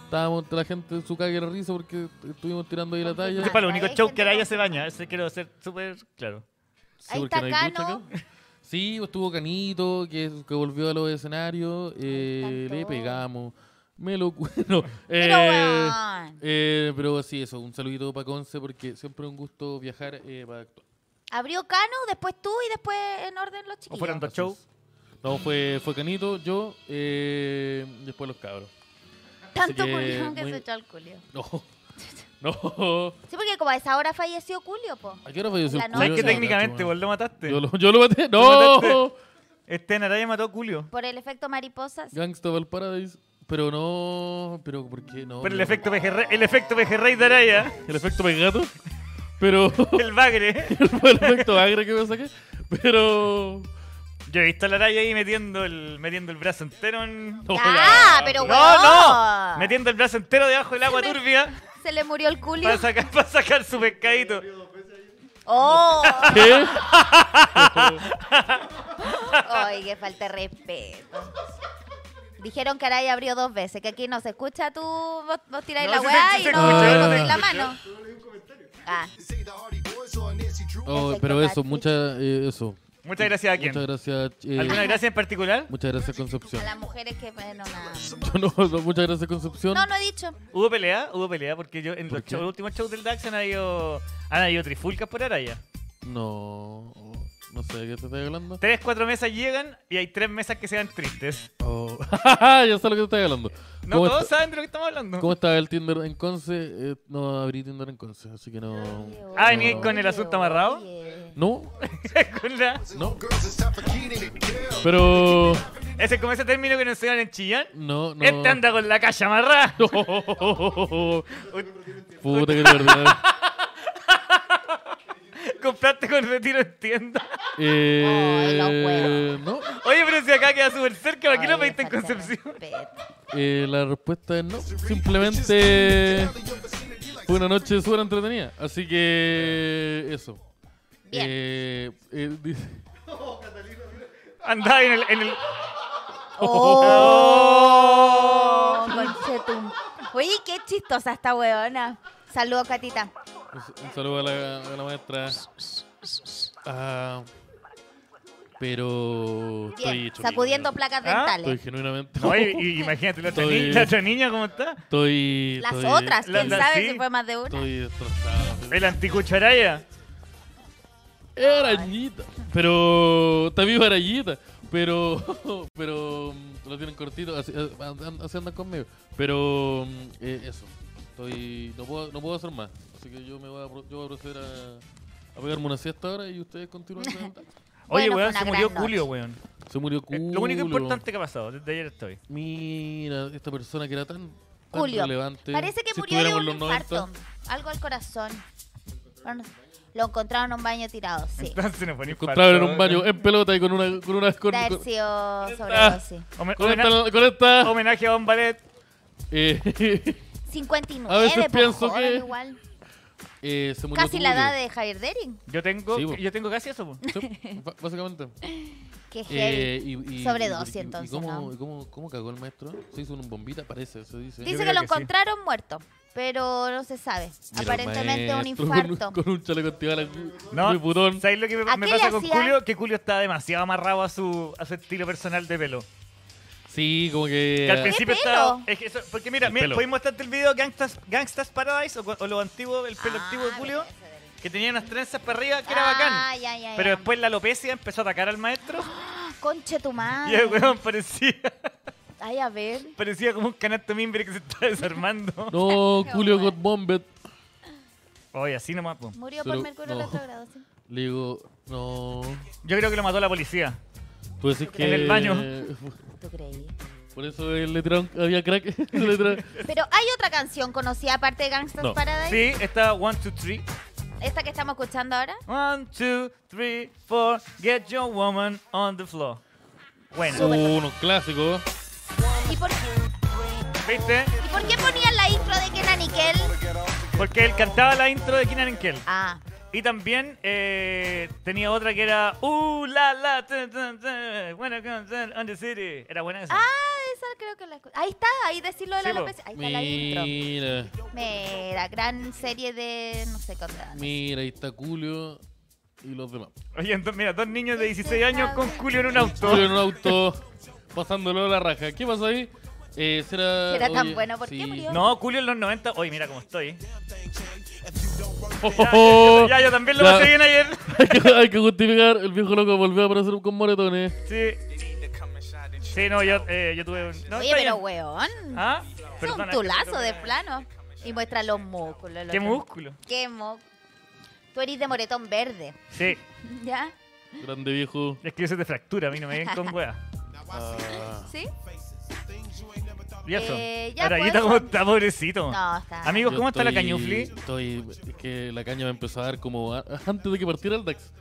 [SPEAKER 2] Estábamos la gente en su cague la risa porque estuvimos tirando ahí la talla.
[SPEAKER 3] Es para lo único
[SPEAKER 1] Hay
[SPEAKER 3] show
[SPEAKER 1] gente
[SPEAKER 3] que
[SPEAKER 1] con-
[SPEAKER 3] Araya se baña. Eso quiero ser súper claro.
[SPEAKER 2] Sí,
[SPEAKER 1] Ahí
[SPEAKER 2] porque
[SPEAKER 1] está
[SPEAKER 2] hay ducha
[SPEAKER 1] Cano.
[SPEAKER 2] acá. Sí, estuvo Canito, que, que volvió a los escenarios. eh,
[SPEAKER 1] están
[SPEAKER 2] le
[SPEAKER 1] todos.
[SPEAKER 2] pegamos. Me lo cuento.
[SPEAKER 1] Pero, weón,
[SPEAKER 2] Eh, pero sí, eso, un saludito para Conce porque siempre es un gusto viajar eh, para actuar.
[SPEAKER 1] abrió Cano, después tú y después en orden los
[SPEAKER 3] ¿O
[SPEAKER 1] chiquillos.
[SPEAKER 3] fueron dos shows?
[SPEAKER 2] No, fue, fue Canito, yo, eh, después los cabros.
[SPEAKER 1] Tanto
[SPEAKER 2] Así que,
[SPEAKER 1] Julio que
[SPEAKER 2] muy-
[SPEAKER 1] se echó al Julio.
[SPEAKER 2] No, no.
[SPEAKER 1] Sí, porque como a esa hora falleció Julio, po.
[SPEAKER 2] ¿A qué hora falleció
[SPEAKER 1] La
[SPEAKER 2] el
[SPEAKER 1] noche.
[SPEAKER 3] ¿Sabes
[SPEAKER 2] Julio?
[SPEAKER 3] que
[SPEAKER 1] no, no,
[SPEAKER 3] técnicamente vos lo mataste?
[SPEAKER 2] Yo lo, yo lo maté.
[SPEAKER 3] mataste?
[SPEAKER 2] ¡No!
[SPEAKER 3] Este en Araya mató a Julio.
[SPEAKER 1] Por el efecto mariposa. sí.
[SPEAKER 2] Gangsta Valparadise. Pero no. Pero ¿por qué no?
[SPEAKER 3] Pero el
[SPEAKER 2] no.
[SPEAKER 3] efecto pejerrey, el efecto pejerrey de Araya,
[SPEAKER 2] El efecto pegato. Pero.
[SPEAKER 3] el bagre.
[SPEAKER 2] el efecto agre que me saqué. Pero.
[SPEAKER 3] Yo he visto a la Araya ahí metiendo el, metiendo el brazo entero en...
[SPEAKER 2] No,
[SPEAKER 1] ¡Ah!
[SPEAKER 2] la-
[SPEAKER 1] Pero weón.
[SPEAKER 3] ¡No, no! Metiendo el brazo entero debajo del agua
[SPEAKER 1] Se me-
[SPEAKER 3] turbia
[SPEAKER 1] Se le murió el Julio.
[SPEAKER 3] para sacar, para sacar su pescadito.
[SPEAKER 1] ¡Oh!
[SPEAKER 2] ¿Qué?
[SPEAKER 1] ¡Ay, qué falta de respeto! Dijeron que Araya abrió dos veces, que aquí no se escucha tú, vos, vos tiráis
[SPEAKER 3] No,
[SPEAKER 1] la
[SPEAKER 3] sí se-
[SPEAKER 1] weá
[SPEAKER 3] sí
[SPEAKER 1] y
[SPEAKER 3] se
[SPEAKER 1] no,
[SPEAKER 2] escucha,
[SPEAKER 1] no
[SPEAKER 2] no se
[SPEAKER 1] ponéis la
[SPEAKER 3] escucha.
[SPEAKER 1] mano. Ah,
[SPEAKER 2] Oh,
[SPEAKER 1] Efecto
[SPEAKER 2] pero eso,
[SPEAKER 1] Patrick.
[SPEAKER 2] muchas. eh, eso.
[SPEAKER 3] Muchas gracias a quién.
[SPEAKER 2] Muchas gracias. eh,
[SPEAKER 3] ¿Alguna gracia en particular?
[SPEAKER 2] muchas gracias, Concepción.
[SPEAKER 1] a las mujeres que, bueno, nada.
[SPEAKER 2] Yo no- no, muchas gracias, Concepción.
[SPEAKER 1] No, no he dicho.
[SPEAKER 3] ¿Hubo pelea? Hubo pelea porque yo en
[SPEAKER 2] ¿Por
[SPEAKER 3] los,
[SPEAKER 2] qué?
[SPEAKER 3] shows- los últimos shows del DAX han habido, han habido trifulcas por Araya.
[SPEAKER 2] No, no sé de qué te estoy hablando.
[SPEAKER 3] Tres, cuatro mesas llegan y hay tres mesas que se dan tristes.
[SPEAKER 2] Oh. ya sé lo que te estoy hablando.
[SPEAKER 3] No
[SPEAKER 2] ¿Cómo,
[SPEAKER 3] todos
[SPEAKER 2] está,
[SPEAKER 3] saben de lo que estamos hablando.
[SPEAKER 2] cómo está el Tinder en Conce? Eh, no abrí Tinder en Conce, así que no.
[SPEAKER 3] Ah,
[SPEAKER 2] no.
[SPEAKER 3] ni con el asunto amarrado.
[SPEAKER 1] Oye.
[SPEAKER 2] No,
[SPEAKER 3] Con la-
[SPEAKER 2] no. Pero.
[SPEAKER 3] Ese es como ese término que nos enseñan en Chillán.
[SPEAKER 2] No, no.
[SPEAKER 3] Este anda con la calle amarrada.
[SPEAKER 2] Puta que te perdí.
[SPEAKER 3] Compraste con retiro en tienda.
[SPEAKER 1] Ay, los
[SPEAKER 2] Eh,
[SPEAKER 1] huevos.
[SPEAKER 2] no,
[SPEAKER 3] Oye, pero si acá queda súper cerca, ¿para qué lo
[SPEAKER 1] Oye,
[SPEAKER 3] pediste en
[SPEAKER 1] falta de
[SPEAKER 3] Concepción?
[SPEAKER 1] respeto.
[SPEAKER 2] eh, la respuesta es no. Simplemente fue una noche súper entretenida. Así que eso.
[SPEAKER 1] Bien.
[SPEAKER 2] Eh, eh, dice-
[SPEAKER 3] Andaba en el, en el.
[SPEAKER 1] ¡Oh! Conchetum. Oye, qué chistosa esta weona. Saludos, Catita.
[SPEAKER 2] Un un saludo a la, a la maestra. Ah, pero estoy
[SPEAKER 1] Bien,
[SPEAKER 2] hecho
[SPEAKER 1] sacudiendo
[SPEAKER 2] mierda.
[SPEAKER 1] placas
[SPEAKER 3] Ah,
[SPEAKER 2] Estoy
[SPEAKER 1] dentales.
[SPEAKER 2] genuinamente.
[SPEAKER 3] No, y- y imagínate la otra,
[SPEAKER 2] Estoy-
[SPEAKER 3] ni- la otra niña, ¿cómo está?
[SPEAKER 2] Estoy.
[SPEAKER 1] Las
[SPEAKER 2] estoy-
[SPEAKER 1] otras,
[SPEAKER 3] Las-
[SPEAKER 1] quién
[SPEAKER 3] las-
[SPEAKER 1] sabe
[SPEAKER 3] sí.
[SPEAKER 1] si fue más de una.
[SPEAKER 2] Estoy destrozado.
[SPEAKER 3] El anticucharaya.
[SPEAKER 2] Era Arañita. Pero está vivo Arañita. Pero, pero mm, lo tienen cortito, así, eh, andan- así andan conmigo. Pero mm, eh, eso, estoy, no, puedo, no puedo hacer más. Así que yo me voy a, pro- yo voy a proceder a, a pegarme una siesta ahora y ustedes continúan. con el taco.
[SPEAKER 3] Oye,
[SPEAKER 1] Bueno, fue una
[SPEAKER 3] weón, se
[SPEAKER 1] gran
[SPEAKER 3] murió
[SPEAKER 1] noche.
[SPEAKER 3] Julio, weón.
[SPEAKER 2] Se murió
[SPEAKER 3] Eh,
[SPEAKER 2] Culo.
[SPEAKER 3] Lo único importante que ha pasado, desde ayer estoy.
[SPEAKER 2] Mira, esta persona que era tan, tan
[SPEAKER 1] Julio.
[SPEAKER 2] relevante.
[SPEAKER 1] Parece que
[SPEAKER 2] Si
[SPEAKER 1] murió de
[SPEAKER 2] estuviéramos
[SPEAKER 1] un
[SPEAKER 2] los 90,
[SPEAKER 1] infarto. Algo al corazón. Bueno, Lo encontraron en un baño tirado, sí.
[SPEAKER 3] Entonces nos ponía
[SPEAKER 2] Encontraron en
[SPEAKER 3] infarto. eh.
[SPEAKER 2] un baño en pelota y con una. Con, una, con,
[SPEAKER 1] De haber
[SPEAKER 2] con-
[SPEAKER 1] sido sobredosis.
[SPEAKER 3] Homen-
[SPEAKER 2] con
[SPEAKER 3] homenaje-
[SPEAKER 2] esta. Con esta
[SPEAKER 3] Homenaje a Bombalet.
[SPEAKER 2] eh,
[SPEAKER 1] 59,
[SPEAKER 2] A veces
[SPEAKER 1] po,
[SPEAKER 2] pienso
[SPEAKER 1] pues, joven
[SPEAKER 2] que-
[SPEAKER 1] igual.
[SPEAKER 2] eh, se murió
[SPEAKER 1] Casi la
[SPEAKER 2] Julio.
[SPEAKER 1] edad de Javier Dering.
[SPEAKER 3] Yo tengo,
[SPEAKER 2] Sí, po.
[SPEAKER 3] yo tengo casi eso. po.
[SPEAKER 2] Sí, ba- básicamente.
[SPEAKER 1] Qué heavy.
[SPEAKER 2] Eh, y, y,
[SPEAKER 1] Sobredosis,
[SPEAKER 2] y- y- y
[SPEAKER 1] entonces,
[SPEAKER 2] cómo,
[SPEAKER 1] ¿no?
[SPEAKER 2] y cómo, cómo cagó el maestro? Se hizo un bombita, parece, se dice.
[SPEAKER 1] Dice
[SPEAKER 3] creo
[SPEAKER 1] que lo
[SPEAKER 3] que sí.
[SPEAKER 1] encontraron muerto, pero no se sabe.
[SPEAKER 2] Mira, el
[SPEAKER 1] Aparentemente un
[SPEAKER 2] maestro con
[SPEAKER 1] infarto.
[SPEAKER 2] Con, un chaleco antibalas
[SPEAKER 3] No,
[SPEAKER 2] muy putón.
[SPEAKER 3] ¿Sabes lo que me,
[SPEAKER 1] ¿A
[SPEAKER 3] me
[SPEAKER 1] qué le
[SPEAKER 3] pasa con
[SPEAKER 1] hacían?
[SPEAKER 3] Julio? Que Julio está demasiado amarrado a su, a su estilo personal de pelo.
[SPEAKER 2] Sí, como
[SPEAKER 3] Que al
[SPEAKER 2] que.
[SPEAKER 3] principio
[SPEAKER 1] pelo?
[SPEAKER 3] estaba. es que eso- porque mira,
[SPEAKER 2] El
[SPEAKER 3] mira
[SPEAKER 2] pelo.
[SPEAKER 3] podéis mostrarte el video Gangstas, Gangstas Paradise o, cu- o lo antiguo, el pelo antiguo de Julio, que tenía unas trenzas para arriba que era
[SPEAKER 1] Ah,
[SPEAKER 3] bacán.
[SPEAKER 1] ya, ya,
[SPEAKER 3] Pero
[SPEAKER 1] ya.
[SPEAKER 3] después la alopecia empezó a atacar al maestro
[SPEAKER 1] Ah, Conche tu
[SPEAKER 3] y el
[SPEAKER 1] madre.
[SPEAKER 3] weón parecía,
[SPEAKER 1] Ay, a ver.
[SPEAKER 3] parecía como un canasto mimbre que se está desarmando.
[SPEAKER 2] No,
[SPEAKER 1] Qué
[SPEAKER 2] Julio
[SPEAKER 1] bueno.
[SPEAKER 2] got bombed.
[SPEAKER 3] Oye, así nomás, po.
[SPEAKER 1] Murió
[SPEAKER 2] Solo-
[SPEAKER 1] por mercurio
[SPEAKER 2] no.
[SPEAKER 1] retrogrado. sí.
[SPEAKER 2] Le digo, no.
[SPEAKER 3] Yo creo que lo mató la policía.
[SPEAKER 2] Tú decís que.
[SPEAKER 3] el baño.
[SPEAKER 1] ¿Tú creí?
[SPEAKER 2] Por eso él le tiraron. Había crack. se le tiraron-
[SPEAKER 1] Pero hay otra canción conocida aparte de Gangsta's
[SPEAKER 2] No.
[SPEAKER 1] Paradise.
[SPEAKER 3] Sí, está one, two, three.
[SPEAKER 1] Esta que estamos escuchando ahora.
[SPEAKER 3] One, two, three, four. Get your woman on the floor. Bueno,
[SPEAKER 2] Uh, unos clásicos.
[SPEAKER 1] ¿Y por, y
[SPEAKER 3] ¿viste?
[SPEAKER 1] por qué ponían la intro de Kenan y Kel?
[SPEAKER 3] Porque él cantaba la intro de Keenan and Kel.
[SPEAKER 1] Ah,
[SPEAKER 3] Y también eh, tenía otra que era Uh, la, la, ta, ta, ta, when I come down on the city. Era buena esa.
[SPEAKER 1] ah, esa creo que la escu- Ahí está, ahí decirlo de la
[SPEAKER 3] Sí, po.
[SPEAKER 1] alopecia. Ahí está la intro.
[SPEAKER 2] Mira,
[SPEAKER 1] Mira, gran serie de. No sé cuándo.
[SPEAKER 2] mira, ahí está Julio y los demás.
[SPEAKER 3] Oye, entonces, mira, dos niños de 16 años con Julio en un auto.
[SPEAKER 2] Julio en un auto, pasándolo a la raja. ¿Qué pasó ahí? Eh, será,
[SPEAKER 1] Era tan
[SPEAKER 2] oye,
[SPEAKER 1] bueno, ¿por qué murió?
[SPEAKER 3] No, Julio en los 90. Oye, mira cómo estoy.
[SPEAKER 2] Oh, oh, oh.
[SPEAKER 3] Ya, yo también lo
[SPEAKER 2] La-
[SPEAKER 3] pasé bien ayer.
[SPEAKER 2] hay, que, hay que justificar, el viejo loco volvió a aparecer con moretones.
[SPEAKER 3] Sí. Sí, no, yo, eh, yo tuve un. No,
[SPEAKER 1] Oye,
[SPEAKER 3] está
[SPEAKER 1] pero
[SPEAKER 3] bien.
[SPEAKER 1] weón.
[SPEAKER 3] ¿Ah?
[SPEAKER 1] Es un
[SPEAKER 3] Perdona.
[SPEAKER 1] tulazo de plano. Y muestra los músculos. el
[SPEAKER 3] ¿Qué
[SPEAKER 1] otro.
[SPEAKER 3] músculo?
[SPEAKER 1] Qué músculo. Tú eres de moretón verde.
[SPEAKER 3] Sí,
[SPEAKER 1] ¿Ya?
[SPEAKER 2] Grande viejo.
[SPEAKER 3] es que yo soy de fractura, a mí no me ven con wea.
[SPEAKER 1] ¿Sí?
[SPEAKER 3] Y eso.
[SPEAKER 1] Eh, ya,
[SPEAKER 3] Arayita,
[SPEAKER 1] pues.
[SPEAKER 3] ¿cómo está, pobrecito?
[SPEAKER 1] No, está.
[SPEAKER 3] Amigos,
[SPEAKER 2] Yo
[SPEAKER 3] ¿cómo está la
[SPEAKER 2] estoy-
[SPEAKER 3] cañufli?
[SPEAKER 2] Estoy. Es que la caña me empezó a dar como a- antes de que partiera el DAX.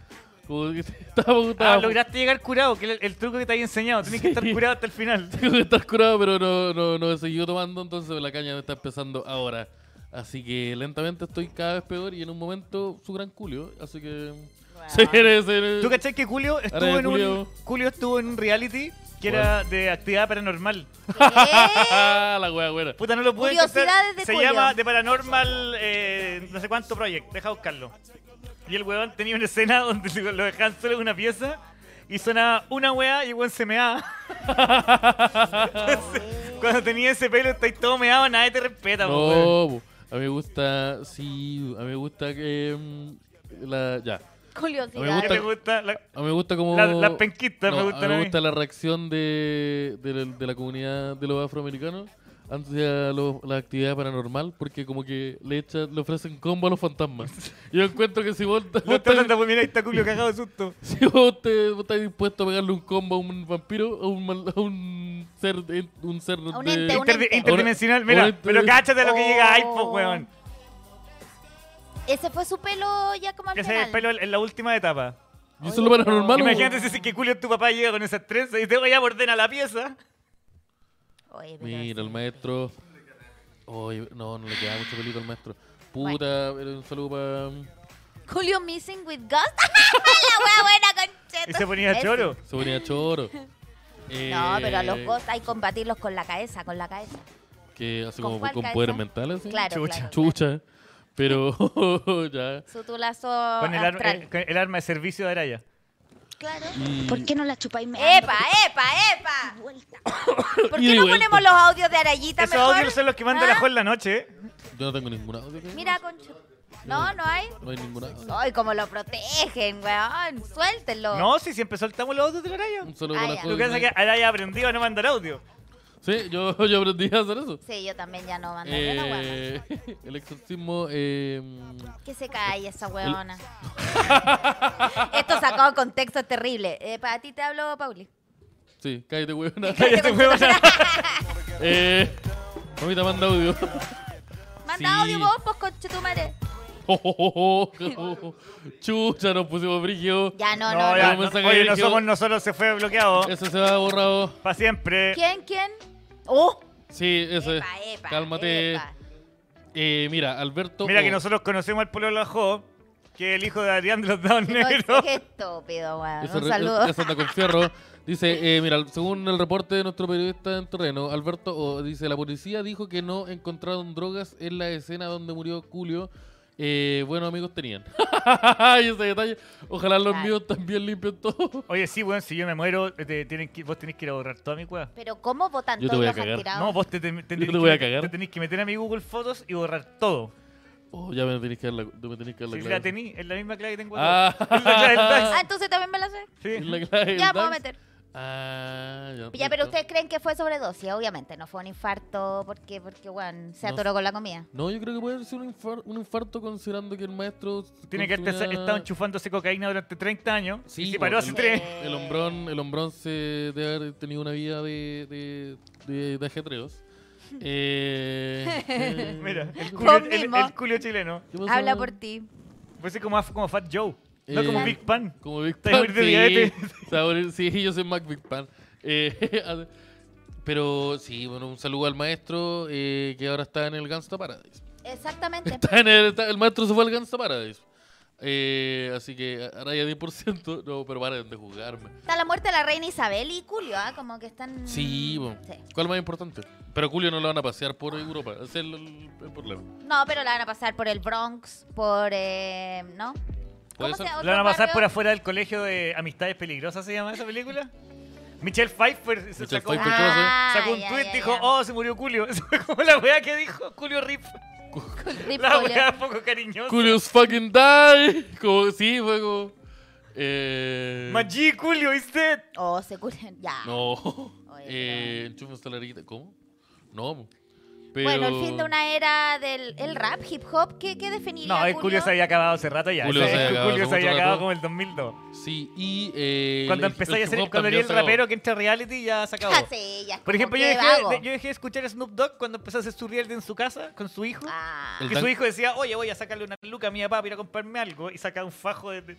[SPEAKER 2] Como que estaba.
[SPEAKER 3] Ah,
[SPEAKER 2] estaba
[SPEAKER 3] lograste llegar curado, que es el, el truco que te había enseñado. Tienes que estar
[SPEAKER 2] Sí.
[SPEAKER 3] curado hasta el final.
[SPEAKER 2] Tengo que estar curado, pero no, no, no he seguido tomando, entonces la caña me está empezando ahora. Así que lentamente estoy cada vez peor y en un momento su gran culio. Así que.
[SPEAKER 1] Wow.
[SPEAKER 2] Se viene, se viene.
[SPEAKER 3] Ah. ¿Tú cachás que Julio estuvo
[SPEAKER 2] Ahora,
[SPEAKER 3] en un.
[SPEAKER 2] Julio.
[SPEAKER 3] Julio estuvo en un reality que
[SPEAKER 2] ¿Cuál?
[SPEAKER 3] era de actividad paranormal.
[SPEAKER 1] ¿Qué?
[SPEAKER 2] la wea buena.
[SPEAKER 3] Puta, no lo pude
[SPEAKER 1] Curiosidades
[SPEAKER 3] encontrar.
[SPEAKER 1] de
[SPEAKER 3] Se
[SPEAKER 1] Julio.
[SPEAKER 3] llama The Paranormal eh, no sé cuánto project. Deja buscarlo. Y el weón tenía una escena donde lo lo dejaban solo en una pieza y sonaba una weá y el weón se meaba. Cuando tenía ese pelo estáis todo meado, nadie te respeta, po, weón.
[SPEAKER 2] No, po. a mí me gusta. Sí, a mí me gusta que. mm, la, ya.
[SPEAKER 1] Curiosidad.
[SPEAKER 2] A mí me
[SPEAKER 3] ¿Qué
[SPEAKER 2] gusta-
[SPEAKER 3] te gusta? La-
[SPEAKER 2] A mí me gusta como.
[SPEAKER 3] La- las penquitas me
[SPEAKER 2] a mí
[SPEAKER 3] gustan a mí.
[SPEAKER 2] gusta la reacción de, de, la- de la comunidad de los afroamericanos hacia lo- la actividad paranormal, porque como que le, echa- le ofrecen combo a los fantasmas. Yo encuentro que si vos, vos
[SPEAKER 3] Lo tratan
[SPEAKER 2] estás,
[SPEAKER 3] de- mira, ahí está Julio cagado de susto.
[SPEAKER 2] si vos te- vos estás dispuesto a pegarle un combo a un vampiro, a un, mal- a un ser. de- Un ser
[SPEAKER 1] A un
[SPEAKER 2] de-
[SPEAKER 1] ente, a un-
[SPEAKER 3] Interdi-
[SPEAKER 1] ente.
[SPEAKER 3] interdimensional, mira,
[SPEAKER 2] Ahora- ahora
[SPEAKER 3] pero
[SPEAKER 2] entiendo.
[SPEAKER 3] cáchate lo que llega ahí, po,
[SPEAKER 1] Oh.
[SPEAKER 3] weón.
[SPEAKER 1] Ese fue su pelo ya como al
[SPEAKER 3] Ese es el
[SPEAKER 1] final.
[SPEAKER 3] pelo en la última etapa.
[SPEAKER 2] Yo soy lo paranormal.
[SPEAKER 3] Imagínate si- si que Julio tu papá llega con esas trenzas y te voy a ordena la pieza.
[SPEAKER 1] Oye, pero
[SPEAKER 2] Mira, el
[SPEAKER 1] sí.
[SPEAKER 2] maestro. Oye, no, no le queda mucho pelito al maestro. Puta, pero un saludo para.
[SPEAKER 1] Julio Missing with Ghost. ¡Ah, la wea buena concheta.
[SPEAKER 3] Y se ponía
[SPEAKER 1] Ese.
[SPEAKER 3] choro.
[SPEAKER 2] Se ponía choro. Eh,
[SPEAKER 1] No, pero a los ghosts hay que combatirlos con la cabeza, con la cabeza.
[SPEAKER 2] Que hace
[SPEAKER 1] ¿Con
[SPEAKER 2] como
[SPEAKER 1] cuál
[SPEAKER 2] con
[SPEAKER 1] cabeza?
[SPEAKER 2] poderes mentales. ¿sí?
[SPEAKER 1] Claro,
[SPEAKER 3] Chucha.
[SPEAKER 1] claro, claro.
[SPEAKER 2] Chucha. Pero ya.
[SPEAKER 1] Su tulazo
[SPEAKER 3] Con el, ar-
[SPEAKER 1] astral.
[SPEAKER 3] eh, con el arma de servicio de Araya.
[SPEAKER 1] Claro.
[SPEAKER 2] Y,
[SPEAKER 5] ¿Por qué no la chupáis más?
[SPEAKER 1] ¡Epa, epa, epa! ¿Por
[SPEAKER 2] pues. Y
[SPEAKER 1] qué
[SPEAKER 2] de
[SPEAKER 1] no
[SPEAKER 2] vuelta.
[SPEAKER 1] ponemos los audios de Arayita
[SPEAKER 3] Esos
[SPEAKER 1] mejor?
[SPEAKER 3] audios son los que manda
[SPEAKER 1] ¿Ah?
[SPEAKER 3] la Jo en la noche. eh.
[SPEAKER 2] Yo no tengo ninguna.
[SPEAKER 1] Mira, concho. No, no hay.
[SPEAKER 2] No hay ninguna.
[SPEAKER 1] Ay, cómo lo protegen, weón. Suéltenlo.
[SPEAKER 3] No, si siempre soltamos los audios de la Araya.
[SPEAKER 2] Un solo
[SPEAKER 1] Ah,
[SPEAKER 2] con
[SPEAKER 1] ya.
[SPEAKER 2] la
[SPEAKER 3] Lo que pasa es que Araya aprendió a no mandar audio.
[SPEAKER 2] Sí, yo, yo aprendí a hacer eso.
[SPEAKER 1] Sí, yo también ya no mando la weona.
[SPEAKER 2] Eh, el exorcismo. Eh,
[SPEAKER 1] Que se calle esa weona. Esto sacado de contexto es terrible. Eh, para ti te hablo, Pauli.
[SPEAKER 2] sí, cállate, huevona.
[SPEAKER 1] este
[SPEAKER 3] Cállate, huevona.
[SPEAKER 2] Eh, mamita, manda audio.
[SPEAKER 1] Manda
[SPEAKER 2] Sí.
[SPEAKER 1] audio vos, pues, conche tu madre.
[SPEAKER 2] Oh, oh, oh, oh. Chucha, nos pusimos brígido.
[SPEAKER 1] Ya no,
[SPEAKER 3] No,
[SPEAKER 1] no. no.
[SPEAKER 3] ya,
[SPEAKER 2] no,
[SPEAKER 3] no,
[SPEAKER 2] mensaje
[SPEAKER 3] oye, no
[SPEAKER 2] dirigido.
[SPEAKER 3] somos nosotros, se fue bloqueado.
[SPEAKER 2] Eso se va borrado.
[SPEAKER 3] Para siempre.
[SPEAKER 1] ¿Quién, quién? ¡Oh!
[SPEAKER 2] Sí, eso es.
[SPEAKER 1] Epa, epa,
[SPEAKER 2] Cálmate.
[SPEAKER 1] epa.
[SPEAKER 2] Eh, mira, Alberto.
[SPEAKER 3] Mira que
[SPEAKER 2] O.
[SPEAKER 3] nosotros conocemos al Pololo Jo, que es el hijo de Adrián de los Dados
[SPEAKER 1] Qué
[SPEAKER 3] Negros.
[SPEAKER 1] estúpido, weón.
[SPEAKER 2] Eso
[SPEAKER 1] Ah, Un
[SPEAKER 2] re-
[SPEAKER 1] saludo.
[SPEAKER 2] eso anda con fierro. Dice, eh, mira, según el reporte de nuestro periodista en terreno, Alberto O, dice, la policía dijo que no encontraron drogas en la escena donde murió Julio. Eh, buenos amigos tenían. y ese detalle. Ojalá los
[SPEAKER 1] Claro.
[SPEAKER 2] míos también limpien todo.
[SPEAKER 3] Oye, sí, weón, si yo me muero, eh, te tienen que- vos tenés que ir a borrar toda mi cueva.
[SPEAKER 1] Pero ¿cómo votan
[SPEAKER 2] Yo te
[SPEAKER 1] todos
[SPEAKER 2] voy a
[SPEAKER 1] los
[SPEAKER 2] cagar.
[SPEAKER 1] atirados?
[SPEAKER 3] No, vos te, te- te tenés
[SPEAKER 2] te voy a
[SPEAKER 3] que-
[SPEAKER 2] cagar.
[SPEAKER 3] te tenés que meter a mi Google Fotos y borrar todo.
[SPEAKER 2] Oh, ya me tenéis que dar la, me tenéis que dar la
[SPEAKER 3] Si
[SPEAKER 2] clave.
[SPEAKER 3] la tení, es la misma clave que tengo
[SPEAKER 2] Ah.
[SPEAKER 3] acá. Es la clave del DAX.
[SPEAKER 1] Ah, entonces también me la sé.
[SPEAKER 2] Es
[SPEAKER 3] Sí.
[SPEAKER 2] la clave del
[SPEAKER 1] Ya, puedo
[SPEAKER 2] DAX.
[SPEAKER 1] meter.
[SPEAKER 2] Ah, ya.
[SPEAKER 1] Ya, pero
[SPEAKER 2] listo.
[SPEAKER 1] ustedes creen que fue sobredosis, obviamente. No fue un infarto porque, porque weón, se
[SPEAKER 2] No
[SPEAKER 1] atoró con la comida.
[SPEAKER 2] No, yo creo que puede ser un, infar- un infarto considerando que el maestro...
[SPEAKER 3] Tiene que haber
[SPEAKER 2] consumía-
[SPEAKER 3] estado enchufándose cocaína durante 30 años
[SPEAKER 2] Sí,
[SPEAKER 3] y se
[SPEAKER 2] po,
[SPEAKER 3] paró hace
[SPEAKER 2] el-
[SPEAKER 3] 3.
[SPEAKER 2] El hombrón, el hombrón se debe haber tenido una vida de, de, de, de ajetreos. Eh, eh,
[SPEAKER 3] Mira, el
[SPEAKER 2] ¿qué
[SPEAKER 3] culio,
[SPEAKER 1] Vos
[SPEAKER 3] el- el,
[SPEAKER 1] mismo.
[SPEAKER 3] culio chileno.
[SPEAKER 2] pasó?
[SPEAKER 1] Habla por ti.
[SPEAKER 3] Puede ser como, como Fat Joe, no
[SPEAKER 2] Eh,
[SPEAKER 3] como Big Pan.
[SPEAKER 2] Como Big
[SPEAKER 3] Te
[SPEAKER 2] Pan.
[SPEAKER 3] morir de
[SPEAKER 2] sí.
[SPEAKER 3] diabetes.
[SPEAKER 2] Se va a morir- sí, yo soy Mac Big Pan. Eh, pero sí, bueno, un saludo al maestro eh, que ahora está en el Gangsta Paradise.
[SPEAKER 1] Exactamente.
[SPEAKER 2] Está en el, está- el maestro se fue al Gangsta Paradise. Eh, así que ahora ya 10%. No, pero paren de juzgarme.
[SPEAKER 1] Está la muerte de la reina Isabel y Julio, ¿ah? Como que están...
[SPEAKER 2] Sí, bo.
[SPEAKER 1] Sí.
[SPEAKER 2] ¿cuál más importante? Pero Julio no lo van a pasear por Europa, ese es el, el- el problema.
[SPEAKER 1] No, pero la van a pasar por el Bronx, por... eh, ¿No?
[SPEAKER 2] ¿Puede
[SPEAKER 1] ¿Cómo
[SPEAKER 2] ser?
[SPEAKER 1] se-
[SPEAKER 2] Lo
[SPEAKER 1] otros
[SPEAKER 3] ¿Lo van a pasar
[SPEAKER 1] barrios?
[SPEAKER 3] por afuera del colegio de Amistades Peligrosas? ¿Se llama esa película? Michelle Pfeiffer se
[SPEAKER 2] Michelle
[SPEAKER 3] sacó,
[SPEAKER 2] Pfeiffer. ¿qué va a
[SPEAKER 1] Ah,
[SPEAKER 3] sacó un
[SPEAKER 1] ya,
[SPEAKER 3] tweet
[SPEAKER 1] ya,
[SPEAKER 3] dijo,
[SPEAKER 1] ya.
[SPEAKER 3] oh, se murió Julio. Esa fue como la weá que dijo Julio Rip.
[SPEAKER 1] Rip
[SPEAKER 3] La
[SPEAKER 1] Julio.
[SPEAKER 3] weá poco cariñosa.
[SPEAKER 2] Curious fucking die. Como, sí, fue como. Eh,
[SPEAKER 3] Maggi, Julio, ¿viste?
[SPEAKER 1] Oh, se curan. Ya.
[SPEAKER 2] no.
[SPEAKER 1] Oye,
[SPEAKER 2] Eh, enchufa esta larguita. ¿Cómo? No. bo. Pero,
[SPEAKER 1] Bueno, el fin de una era del el rap, hip hop, ¿qué, qué definiría
[SPEAKER 3] No, el Julio se había acabado hace rato ya.
[SPEAKER 2] Julio
[SPEAKER 3] Ese-
[SPEAKER 2] se había acabado
[SPEAKER 3] Julio
[SPEAKER 2] hace
[SPEAKER 3] se había
[SPEAKER 2] mucho
[SPEAKER 3] acabado
[SPEAKER 2] rato.
[SPEAKER 3] como el 2002.
[SPEAKER 2] Sí, y. Eh,
[SPEAKER 3] Cuando
[SPEAKER 2] el-
[SPEAKER 3] empezáis a
[SPEAKER 2] el
[SPEAKER 3] hacer,
[SPEAKER 2] hip hop
[SPEAKER 3] cuando
[SPEAKER 2] también
[SPEAKER 3] eres
[SPEAKER 2] se
[SPEAKER 3] el
[SPEAKER 2] acabó.
[SPEAKER 3] rapero que entra a reality ya se acabó.
[SPEAKER 1] Ah, sí, ya es
[SPEAKER 3] Por
[SPEAKER 1] como
[SPEAKER 3] ejemplo,
[SPEAKER 1] que
[SPEAKER 3] yo dejé,
[SPEAKER 1] vago.
[SPEAKER 3] de- yo dejé de escuchar a Snoop Dogg cuando empezó a hacer su reality en su casa con su hijo.
[SPEAKER 1] Ah.
[SPEAKER 2] El
[SPEAKER 3] que
[SPEAKER 2] Dan-
[SPEAKER 3] su hijo decía, oye, voy a sacarle una luca a mi papá para ir a comprarme algo. Y sacaba un fajo de, de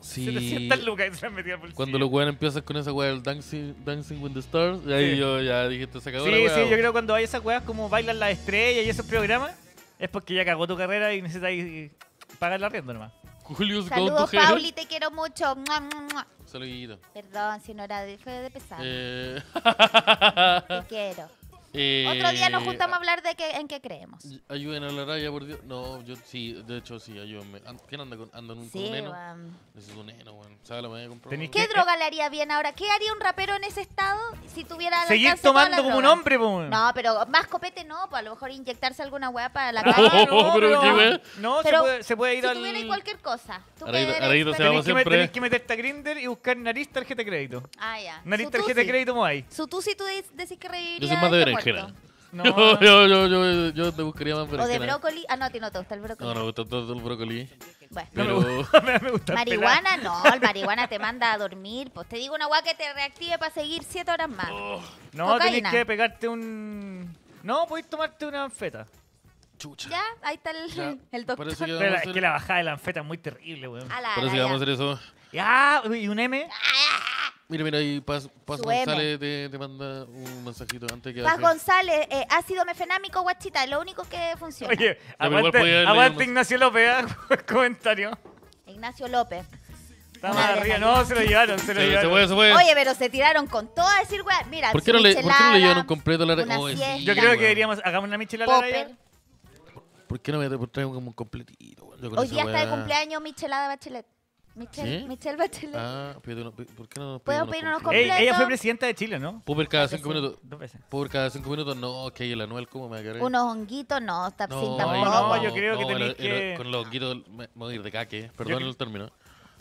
[SPEAKER 2] Sí.
[SPEAKER 3] 700 lucas y se las metía al bolsillo.
[SPEAKER 2] Cuando los weones empiezan con esa wea del Dancing, Dancing with the Stars, y ahí
[SPEAKER 3] Sí.
[SPEAKER 2] yo ya dije, te se acabó
[SPEAKER 3] Sí,
[SPEAKER 2] la
[SPEAKER 3] sí,
[SPEAKER 2] wea,
[SPEAKER 3] yo
[SPEAKER 2] bo.
[SPEAKER 3] creo que cuando hay esas weas como bailan las estrellas y esos programas, es porque ya cagó tu carrera y necesitas ir- pagar la rienda nomás.
[SPEAKER 2] Julius
[SPEAKER 1] Saludos,
[SPEAKER 2] Gone to Hell.
[SPEAKER 1] Pauli, te quiero mucho. Mua, mua, mua.
[SPEAKER 2] Saludito.
[SPEAKER 1] Perdón si no era de, fue de pesar.
[SPEAKER 2] Eh,
[SPEAKER 1] Te quiero.
[SPEAKER 2] eh,
[SPEAKER 1] Otro día nos juntamos a hablar de qué, en qué creemos.
[SPEAKER 2] ay- Ayuden a la raya, por Dios. No, yo sí, de hecho sí, ayúdenme. An- ¿Quién anda con, anda en un, con
[SPEAKER 1] Sí,
[SPEAKER 2] un neno?
[SPEAKER 1] weón.
[SPEAKER 2] Necesito un neno, weón. ¿Sabes la manera de comprar?
[SPEAKER 3] Tenés
[SPEAKER 2] uno?
[SPEAKER 3] que-
[SPEAKER 1] ¿Qué droga le haría bien ahora? ¿Qué haría un rapero en ese estado si tuviera al
[SPEAKER 3] Seguir
[SPEAKER 1] alcance todas
[SPEAKER 3] tomando
[SPEAKER 1] las
[SPEAKER 3] como un
[SPEAKER 1] drogas?
[SPEAKER 3] hombre, po. weón.
[SPEAKER 1] No, pero más copete no, pues a lo mejor inyectarse alguna weá para la
[SPEAKER 3] Ah,
[SPEAKER 1] cara.
[SPEAKER 2] Oh, pero qué wea.
[SPEAKER 3] No, se
[SPEAKER 1] Pero
[SPEAKER 3] puede, se puede ir
[SPEAKER 1] si
[SPEAKER 3] al...
[SPEAKER 1] tuviera ahí cualquier cosa. ¿Tú qué
[SPEAKER 2] Araído-
[SPEAKER 1] eres
[SPEAKER 2] Araído se
[SPEAKER 1] experto?
[SPEAKER 2] va a
[SPEAKER 3] Tenés que, me-
[SPEAKER 2] siempre.
[SPEAKER 3] tenés que meterte a Grinder y buscar nariz, tarjeta de crédito.
[SPEAKER 1] Ah, ya.
[SPEAKER 3] Nariz,
[SPEAKER 1] Su
[SPEAKER 3] tarjeta de
[SPEAKER 1] tusi.
[SPEAKER 3] crédito, Moai.
[SPEAKER 1] Su tusi tú de- decís que reviviría
[SPEAKER 2] Yo soy más de
[SPEAKER 1] este muerto.
[SPEAKER 2] berenjena.
[SPEAKER 3] No,
[SPEAKER 2] Yo, yo, yo, yo, yo te buscaría más
[SPEAKER 1] O de
[SPEAKER 2] berenjena.
[SPEAKER 1] brócoli. Ah, no, a ti no te gusta el brócoli.
[SPEAKER 2] No, no, me gusta todo el brócoli.
[SPEAKER 1] Bueno.
[SPEAKER 3] no me
[SPEAKER 2] Pero-
[SPEAKER 3] gusta. me- me gusta el
[SPEAKER 1] Marihuana no, el marihuana te manda a dormir. Pues te digo una weá que te reactive para seguir siete horas más.
[SPEAKER 2] Oh.
[SPEAKER 3] pelado. No,
[SPEAKER 1] Cocaína.
[SPEAKER 3] tenés que pegarte un... No, podés tomarte una anfeta.
[SPEAKER 2] Chucha.
[SPEAKER 1] Ya, ahí está el,
[SPEAKER 2] Ya,
[SPEAKER 1] el doctor.
[SPEAKER 2] parece que vamos
[SPEAKER 3] Pero
[SPEAKER 2] a
[SPEAKER 3] la- es
[SPEAKER 2] hacer-
[SPEAKER 3] que la bajada de la anfeta es muy terrible, weón.
[SPEAKER 1] A la,
[SPEAKER 2] Parece que
[SPEAKER 1] la-
[SPEAKER 2] vamos a hacer eso.
[SPEAKER 3] Ya, y un M.
[SPEAKER 2] Mira, mira, ahí Paz, Paz
[SPEAKER 1] Su M.
[SPEAKER 2] González te, te manda un mensajito antes que...
[SPEAKER 1] Paz González, eh, ácido mefenámico, guachita, es lo único que funciona.
[SPEAKER 3] Oye,
[SPEAKER 2] pero igual podía haber leído
[SPEAKER 3] aguante, aguante
[SPEAKER 2] más.
[SPEAKER 3] Ignacio López, ah, el comentario.
[SPEAKER 1] Ignacio López.
[SPEAKER 3] Está
[SPEAKER 1] Una
[SPEAKER 3] más arriba.
[SPEAKER 1] adrenalina.
[SPEAKER 3] No, se lo llevaron, se
[SPEAKER 2] Se,
[SPEAKER 3] lo
[SPEAKER 2] se
[SPEAKER 3] llevaron.
[SPEAKER 2] fue, se fue.
[SPEAKER 1] Oye, pero se tiraron con todo a decir, weá. Mira,
[SPEAKER 2] Pues- ¿Por
[SPEAKER 1] su
[SPEAKER 2] qué no le, ¿por qué no le
[SPEAKER 1] michelada,
[SPEAKER 2] llevan un completo a la
[SPEAKER 1] una
[SPEAKER 2] Oh, sí,
[SPEAKER 1] siesta.
[SPEAKER 3] Yo creo
[SPEAKER 2] weón.
[SPEAKER 3] que deberíamos, hagamos una michelada a la
[SPEAKER 1] popper.
[SPEAKER 3] Araya.
[SPEAKER 2] ¿Por qué no me traen como un completito? weón? Yo con
[SPEAKER 1] Hoy
[SPEAKER 2] esa
[SPEAKER 1] día está de
[SPEAKER 2] weá-
[SPEAKER 1] cumpleaños Michelada Bachelet. Michelle,
[SPEAKER 2] ¿Sí?
[SPEAKER 1] Michelle Bachelet.
[SPEAKER 2] Ah, pide uno- ¿por qué no
[SPEAKER 1] ¿Puedo
[SPEAKER 2] nos pedimos
[SPEAKER 1] pedir
[SPEAKER 2] unos
[SPEAKER 1] unos
[SPEAKER 2] completos?
[SPEAKER 3] Ey,
[SPEAKER 1] completo.
[SPEAKER 3] ella fue presidenta de Chile, ¿no?
[SPEAKER 2] Puber cada
[SPEAKER 1] Creo que
[SPEAKER 2] cinco
[SPEAKER 1] sí.
[SPEAKER 2] minutos.
[SPEAKER 3] Dos veces.
[SPEAKER 2] Puber cada cinco minutos. No, que el Anuel, ¿cómo me va a caer?
[SPEAKER 1] Unos honguitos, no, está sin
[SPEAKER 3] ahí
[SPEAKER 1] tampoco.
[SPEAKER 3] no, yo creo que
[SPEAKER 2] el-
[SPEAKER 3] tenéis
[SPEAKER 2] el-
[SPEAKER 3] que-
[SPEAKER 2] Con los guiros me, me voy a ir de caque, eh. perdón
[SPEAKER 3] creo-
[SPEAKER 2] el término.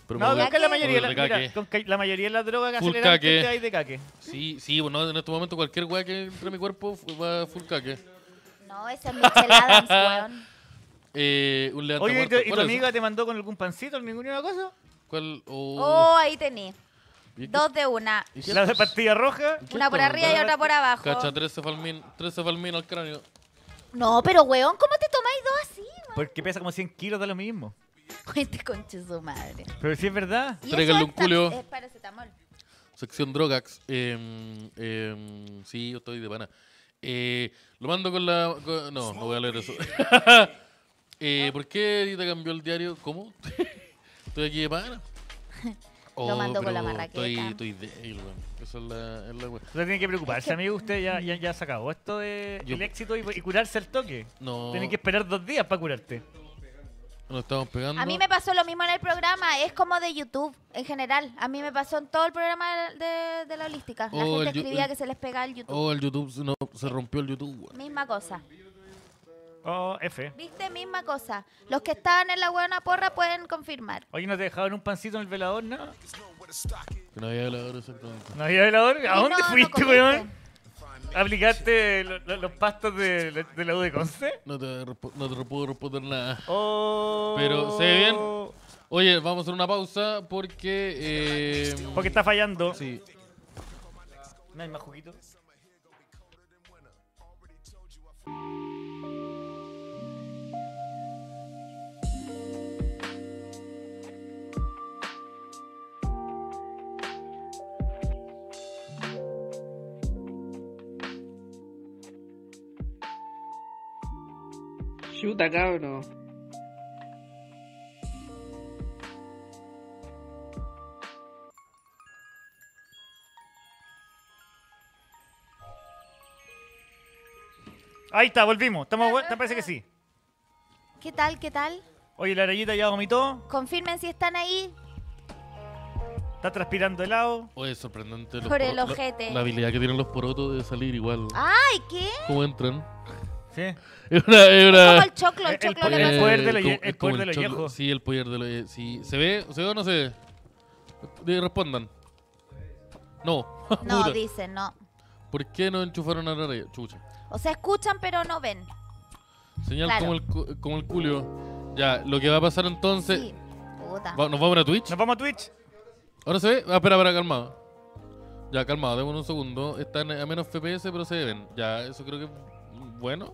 [SPEAKER 2] Pero me
[SPEAKER 3] No,
[SPEAKER 2] voy a-
[SPEAKER 3] creo que la mayoría, la,
[SPEAKER 2] Como el de
[SPEAKER 3] mira,
[SPEAKER 2] caque.
[SPEAKER 3] con ca- la mayoría de las drogas que
[SPEAKER 2] Full
[SPEAKER 3] aceleran
[SPEAKER 2] caque.
[SPEAKER 3] te hay de caque.
[SPEAKER 2] Sí, sí, bueno, en este momento cualquier weá que entre a mi cuerpo fu- va full caque.
[SPEAKER 1] No, esa es Michelle Adams, weón.
[SPEAKER 2] Eh, un levanta
[SPEAKER 3] Oye, ¿y tu,
[SPEAKER 2] muerto.
[SPEAKER 3] y tu
[SPEAKER 2] Hola,
[SPEAKER 3] amiga te mandó con algún pancito, ninguna cosa?
[SPEAKER 2] ¿Cuál?
[SPEAKER 1] Oh,
[SPEAKER 2] Oh,
[SPEAKER 1] ahí tení.
[SPEAKER 2] ¿y qué-
[SPEAKER 1] Dos de una.
[SPEAKER 2] y qué-
[SPEAKER 3] La de pastilla roja.
[SPEAKER 2] ¿Qué
[SPEAKER 1] Una por
[SPEAKER 2] está
[SPEAKER 1] arriba y
[SPEAKER 2] hablando?
[SPEAKER 1] otra por abajo.
[SPEAKER 2] Cacha, tres cefalmin, tres cefalmin al cráneo.
[SPEAKER 1] No, pero weón, ¿cómo te tomáis dos así, weón?
[SPEAKER 3] Porque pesa como 100 kilos, da lo mismo.
[SPEAKER 1] Cuente conche su madre.
[SPEAKER 3] Pero si es verdad.
[SPEAKER 1] Y
[SPEAKER 2] Tráigale
[SPEAKER 1] eso
[SPEAKER 2] un
[SPEAKER 1] es tam-
[SPEAKER 2] culio.
[SPEAKER 1] Es paracetamol.
[SPEAKER 2] Sección drogax. Em, em, sí, yo estoy de pana. Eh, lo mando con la... con- no, no voy a leer eso. Eh, ¿Por qué te cambió el diario? ¿Cómo? estoy aquí de pana. Oh,
[SPEAKER 1] mando con la
[SPEAKER 2] pero
[SPEAKER 1] marraqueta.
[SPEAKER 2] Estoy, estoy débil, weón. Esa es la, es la weá.
[SPEAKER 3] Usted tiene que preocuparse, amigo. Usted ya, ya, ya se acabó esto de
[SPEAKER 2] Yo-
[SPEAKER 3] el éxito y, y curarse al toque.
[SPEAKER 2] No,
[SPEAKER 3] Tienes que esperar dos días para curarte.
[SPEAKER 2] nos estamos pegando.
[SPEAKER 1] A mí me pasó lo mismo en el programa, es como de YouTube en general. A mí me pasó en todo el programa de, de la holística. La
[SPEAKER 2] Oh, el
[SPEAKER 1] gente
[SPEAKER 2] yo-
[SPEAKER 1] escribía
[SPEAKER 2] el-
[SPEAKER 1] que se les pegaba el YouTube.
[SPEAKER 2] Oh, el YouTube se- no, se rompió el YouTube, weón.
[SPEAKER 1] Misma cosa.
[SPEAKER 3] Oh, F.
[SPEAKER 1] ¿Viste? Misma cosa. Los que estaban en la buena porra pueden confirmar.
[SPEAKER 3] Oye, ¿no te dejaban un pancito en el velador, no?
[SPEAKER 2] Que no había hablado exactamente.
[SPEAKER 3] ¿No había velador? ¿A
[SPEAKER 1] Y
[SPEAKER 3] dónde
[SPEAKER 1] no, no
[SPEAKER 3] fuiste,
[SPEAKER 1] comiste.
[SPEAKER 3] weón? ¿Aplicaste lo- lo- los pastos de, la- de la U de Conce?
[SPEAKER 2] No te, respo- no te puedo responder nada.
[SPEAKER 3] Oh.
[SPEAKER 2] Pero, ¿se ve bien? Oye, vamos a hacer una pausa porque. eh,
[SPEAKER 3] Porque está fallando.
[SPEAKER 2] Sí.
[SPEAKER 3] ¿No hay más juguito?
[SPEAKER 5] Chuta, cabro.
[SPEAKER 3] Ahí está, volvimos. Estamos vuelta, parece que sí.
[SPEAKER 1] ¿Qué tal? ¿Qué tal?
[SPEAKER 3] Oye, la arellita ya vomitó,
[SPEAKER 1] Confirmen si están ahí.
[SPEAKER 3] está transpirando helado.
[SPEAKER 2] Oye, es sorprendente. los
[SPEAKER 1] Por el
[SPEAKER 2] poro- la-
[SPEAKER 1] ojete. Ah.
[SPEAKER 2] La, habilidad que tienen los porotos de salir igual.
[SPEAKER 1] ¡Ay, qué!
[SPEAKER 2] ¿Cómo entran?
[SPEAKER 3] Sí.
[SPEAKER 2] Es una. Es
[SPEAKER 1] Como
[SPEAKER 2] una...
[SPEAKER 1] el choclo, el
[SPEAKER 3] El- el
[SPEAKER 1] choclo
[SPEAKER 3] poder-
[SPEAKER 1] le
[SPEAKER 2] eh,
[SPEAKER 1] pasó.
[SPEAKER 3] poder de lo ye-
[SPEAKER 2] como-
[SPEAKER 3] el
[SPEAKER 2] es como
[SPEAKER 3] poder de lo
[SPEAKER 2] choclo-
[SPEAKER 3] viejo.
[SPEAKER 2] Sí, el poder de lo ye- sí. ¿Se ve? ¿Se ve o no se ve? Eh, Respondan. No.
[SPEAKER 1] No,
[SPEAKER 2] Puta.
[SPEAKER 1] dicen, no.
[SPEAKER 2] ¿Por qué no enchufaron a la radio? Chucha.
[SPEAKER 1] O sea, escuchan pero no ven.
[SPEAKER 2] Señal
[SPEAKER 1] Claro.
[SPEAKER 2] como, el, cu- como el culio. Ya, lo que va a pasar entonces.
[SPEAKER 1] Sí. Puta.
[SPEAKER 2] Va- ¿Nos vamos a Twitch?
[SPEAKER 3] Nos vamos a Twitch.
[SPEAKER 2] ¿Ahora se ve? Ah, espera, espera, calmado. Ya, calmado, démonos un segundo. Están a menos FPS, pero se ven. Ya, eso creo que es bueno.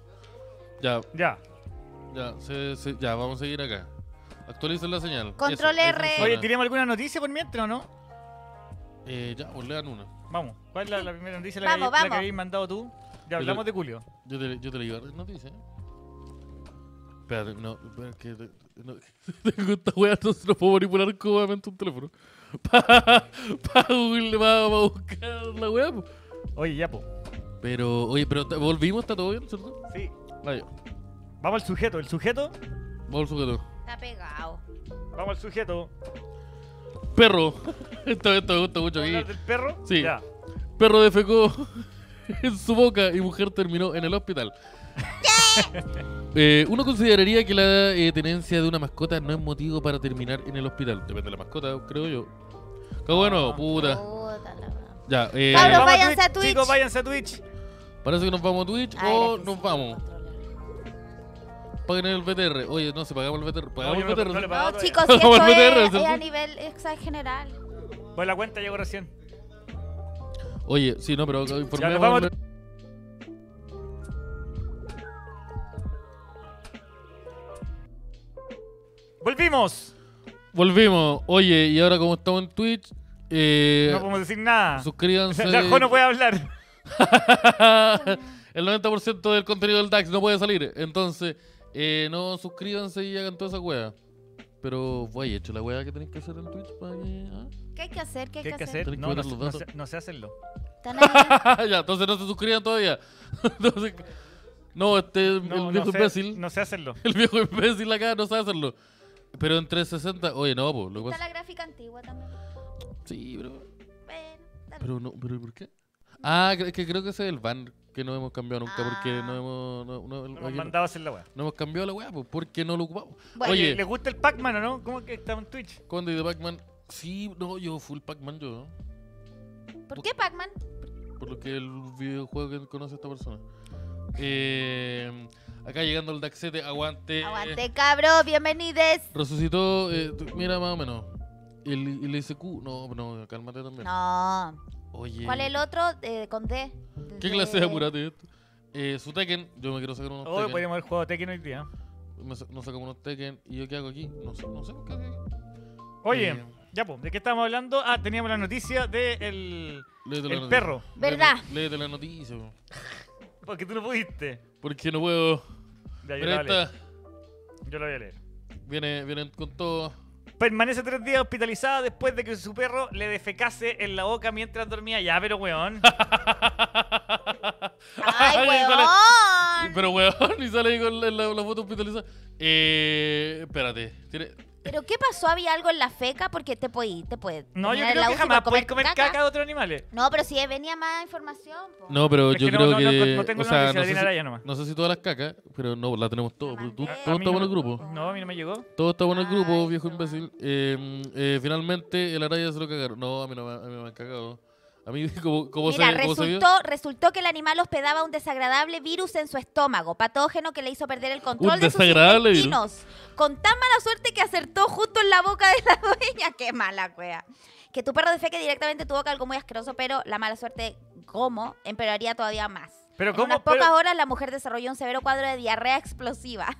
[SPEAKER 2] Ya,
[SPEAKER 3] Ya.
[SPEAKER 2] ya, se, se- ya, vamos a seguir acá. Actualicen la señal.
[SPEAKER 1] Control
[SPEAKER 2] ahí
[SPEAKER 1] R.
[SPEAKER 2] funciona.
[SPEAKER 3] Oye, ¿tenemos alguna noticia por mientras o no?
[SPEAKER 2] Eh, ya, pues lean una.
[SPEAKER 3] Vamos. ¿Cuál es la, la primera noticia la,
[SPEAKER 1] Vamos,
[SPEAKER 3] que, la que
[SPEAKER 1] vamos.
[SPEAKER 3] habéis mandado tú? Ya hablamos de Julio.
[SPEAKER 2] Yo te, yo te leí varias noticias. ¿eh? Espérate, no, espera, es que te- no, tengo esta wea, entonces no puedo manipular cómodamente un teléfono. Para pa, Google, pa- pa buscar la wea. po.
[SPEAKER 3] Oye, ya, po.
[SPEAKER 2] Pero, oye, pero ¿te- volvimos, está todo bien, ¿cierto? Ah,
[SPEAKER 3] Sí.
[SPEAKER 2] Vaya,
[SPEAKER 3] Vamos al sujeto. ¿El sujeto?
[SPEAKER 2] vamos al sujeto.
[SPEAKER 1] Está pegado.
[SPEAKER 3] Vamos al sujeto.
[SPEAKER 2] Perro. Esto, esto me gusta mucho
[SPEAKER 3] ¿Hablar
[SPEAKER 2] aquí.
[SPEAKER 3] del perro?
[SPEAKER 2] Sí. Eh,
[SPEAKER 3] Ya.
[SPEAKER 2] Perro defecó en su boca y mujer terminó en el hospital. Eh, uno consideraría que la eh, tenencia de una mascota no es motivo para terminar en el hospital. Depende de la mascota, creo yo. Qué bueno, puta.
[SPEAKER 1] Puta la madre.
[SPEAKER 2] Ya, eh,
[SPEAKER 1] Cabros,
[SPEAKER 3] Vamos
[SPEAKER 1] váyanse a Twitch.
[SPEAKER 3] Chicos, váyanse a Twitch.
[SPEAKER 2] parece que nos vamos a Twitch
[SPEAKER 1] Ah,
[SPEAKER 2] o
[SPEAKER 1] era que
[SPEAKER 2] nos
[SPEAKER 1] sí,
[SPEAKER 2] vamos.
[SPEAKER 1] control R.
[SPEAKER 2] Paguen el VTR. Oye, no, se pagamos el VTR. Pagamos
[SPEAKER 3] yo
[SPEAKER 2] el
[SPEAKER 3] no-
[SPEAKER 2] VTR.
[SPEAKER 3] no le
[SPEAKER 1] No,
[SPEAKER 3] Pagado ya.
[SPEAKER 1] chicos, si
[SPEAKER 2] Vamos
[SPEAKER 1] esto
[SPEAKER 2] al VTR,
[SPEAKER 1] es,
[SPEAKER 2] ¿cierto?
[SPEAKER 1] es a nivel exa general.
[SPEAKER 3] Pues la cuenta llegó recién.
[SPEAKER 2] Oye, sí, no, pero informemos.
[SPEAKER 3] vamos. ¡Volvimos!
[SPEAKER 2] Volvimos. Oye, y ahora como estamos en Twitch, eh,
[SPEAKER 3] no podemos decir nada.
[SPEAKER 2] suscríbanse.
[SPEAKER 3] La Jo no puede hablar.
[SPEAKER 2] el 90% del contenido del DAX no puede salir. Entonces, eh, no suscríbanse y hagan toda esa wea. Pero, guay, hecho la wea que tenéis que hacer en Twitch para que. ¿ah?
[SPEAKER 1] ¿Qué hay que hacer? ¿Qué hay que hacer?
[SPEAKER 2] Tenés que
[SPEAKER 3] No, no,
[SPEAKER 2] poner los
[SPEAKER 3] no
[SPEAKER 2] datos.
[SPEAKER 3] sé, no sé hacerlo.
[SPEAKER 1] ¿Están ahí?
[SPEAKER 2] ah. ya, entonces no se suscriban todavía. Entonces, no, este,
[SPEAKER 3] No,
[SPEAKER 2] el viejo
[SPEAKER 3] no sé,
[SPEAKER 2] imbécil,
[SPEAKER 3] No sé hacerlo.
[SPEAKER 2] el viejo imbécil acá no sabe hacerlo. Pero en 360, oye, no, pues, lo que
[SPEAKER 1] Está
[SPEAKER 2] pasa.
[SPEAKER 1] la gráfica antigua también.
[SPEAKER 2] Sí, pero.
[SPEAKER 1] Bueno, dale.
[SPEAKER 2] Pero no, pero ¿por qué? Ah, cre- que creo que ese es el van que no hemos cambiado nunca porque no
[SPEAKER 1] Ah.
[SPEAKER 2] hemos. No, no-
[SPEAKER 3] Nos
[SPEAKER 2] aquí
[SPEAKER 3] hemos
[SPEAKER 2] no-
[SPEAKER 3] mandado a hacer la weá.
[SPEAKER 2] no hemos cambiado la weá, pues, porque no lo ocupamos.
[SPEAKER 1] Bueno,
[SPEAKER 2] Oye,
[SPEAKER 3] ¿Le gusta el Pac-Man o no? ¿Cómo que está en Twitch?
[SPEAKER 2] Conde de Pac-Man. Sí, no, yo full Pac-Man, yo, Pues-
[SPEAKER 1] ¿Por qué Pac-Man?
[SPEAKER 2] ¿no? Por lo que el videojuego que conoce esta persona. Eh, acá llegando el Daxete, aguante.
[SPEAKER 1] Aguante, cabros, bienvenides.
[SPEAKER 2] Resucitó, eh, tú- mira más o menos. El, el SQ, no, no, cálmate también.
[SPEAKER 1] No.
[SPEAKER 2] Oye,
[SPEAKER 1] ¿Cuál es el otro? Eh, con D.
[SPEAKER 2] ¿qué clase de apurate es esto? Eh, su Tekken, yo me quiero sacar unos
[SPEAKER 3] Hoy
[SPEAKER 2] Tekken.
[SPEAKER 3] Oh, podríamos haber jugado Tekken hoy día.
[SPEAKER 2] Me sa- Nos sacamos unos Tekken. ¿Y yo qué hago aquí? No sé, no sé qué hago aquí.
[SPEAKER 3] Oye,
[SPEAKER 2] Eh,
[SPEAKER 3] ya pues, ¿de qué estábamos hablando? Ah, teníamos la noticia del
[SPEAKER 2] léete la
[SPEAKER 3] el
[SPEAKER 2] noticia.
[SPEAKER 3] perro.
[SPEAKER 2] Léete-
[SPEAKER 1] ¿Verdad?
[SPEAKER 2] Léete la noticia. po.
[SPEAKER 3] Porque tú no pudiste.
[SPEAKER 2] Porque no puedo.
[SPEAKER 3] Ya, yo,
[SPEAKER 2] Pero
[SPEAKER 3] la voy a leer.
[SPEAKER 2] esta
[SPEAKER 3] Yo la voy a leer.
[SPEAKER 2] viene, viene con todo.
[SPEAKER 3] Permanece tres días hospitalizada después de que su perro le defecase en la boca mientras dormía. Ya, pero weón.
[SPEAKER 1] ¡Ay,
[SPEAKER 2] Y sale-
[SPEAKER 1] weón!
[SPEAKER 2] Pero weón, y sale ahí con la, la- la foto hospitalizada. Eh, espérate. tiene-
[SPEAKER 1] ¿Pero qué pasó? ¿Había algo en la feca? Porque te puede, te puede.
[SPEAKER 3] No,
[SPEAKER 1] terminar
[SPEAKER 3] yo
[SPEAKER 1] en la
[SPEAKER 3] creo que
[SPEAKER 1] UCI por
[SPEAKER 3] jamás podéis comer caca de otros animales.
[SPEAKER 1] No, pero si venía más información. po.
[SPEAKER 2] No, pero
[SPEAKER 3] Es
[SPEAKER 2] yo
[SPEAKER 3] que no-
[SPEAKER 2] creo
[SPEAKER 3] no- no-
[SPEAKER 2] que.
[SPEAKER 3] no tengo
[SPEAKER 2] o
[SPEAKER 3] la
[SPEAKER 2] sea,
[SPEAKER 3] noticia,
[SPEAKER 2] no
[SPEAKER 3] la
[SPEAKER 2] sé
[SPEAKER 3] tiene
[SPEAKER 2] si-
[SPEAKER 3] Araya nomás.
[SPEAKER 2] No sé si todas las cacas, pero no, la tenemos todos.
[SPEAKER 1] La
[SPEAKER 2] porque tú-
[SPEAKER 1] mandé.
[SPEAKER 2] Todos
[SPEAKER 1] A mí
[SPEAKER 2] estamos en
[SPEAKER 3] no-
[SPEAKER 2] el grupo.
[SPEAKER 3] No, a mí no me llegó.
[SPEAKER 2] Todos estamos en el grupo,
[SPEAKER 1] Ay,
[SPEAKER 2] viejo
[SPEAKER 1] no.
[SPEAKER 2] imbécil. Eh, eh, finalmente, el Araya se lo cagaron. No, a mí no me, a mí me han cagado. A mí, como, como
[SPEAKER 1] Mira,
[SPEAKER 2] se, como se vio.
[SPEAKER 1] resultó, resultó que el animal hospedaba un desagradable virus en su estómago, patógeno que le hizo perder el control
[SPEAKER 2] Un
[SPEAKER 1] de sus
[SPEAKER 2] desagradable virus.
[SPEAKER 1] intestinos. Con tan mala suerte que acertó justo en la boca de la dueña. ¡Qué mala cuea! Que tu perro de que directamente tuvo que algo muy asqueroso, pero la mala suerte, ¿cómo? Empeoraría todavía más.
[SPEAKER 3] Pero
[SPEAKER 1] en
[SPEAKER 3] ¿cómo?
[SPEAKER 1] unas
[SPEAKER 3] Pero-
[SPEAKER 1] pocas horas la mujer desarrolló un severo cuadro de diarrea explosiva.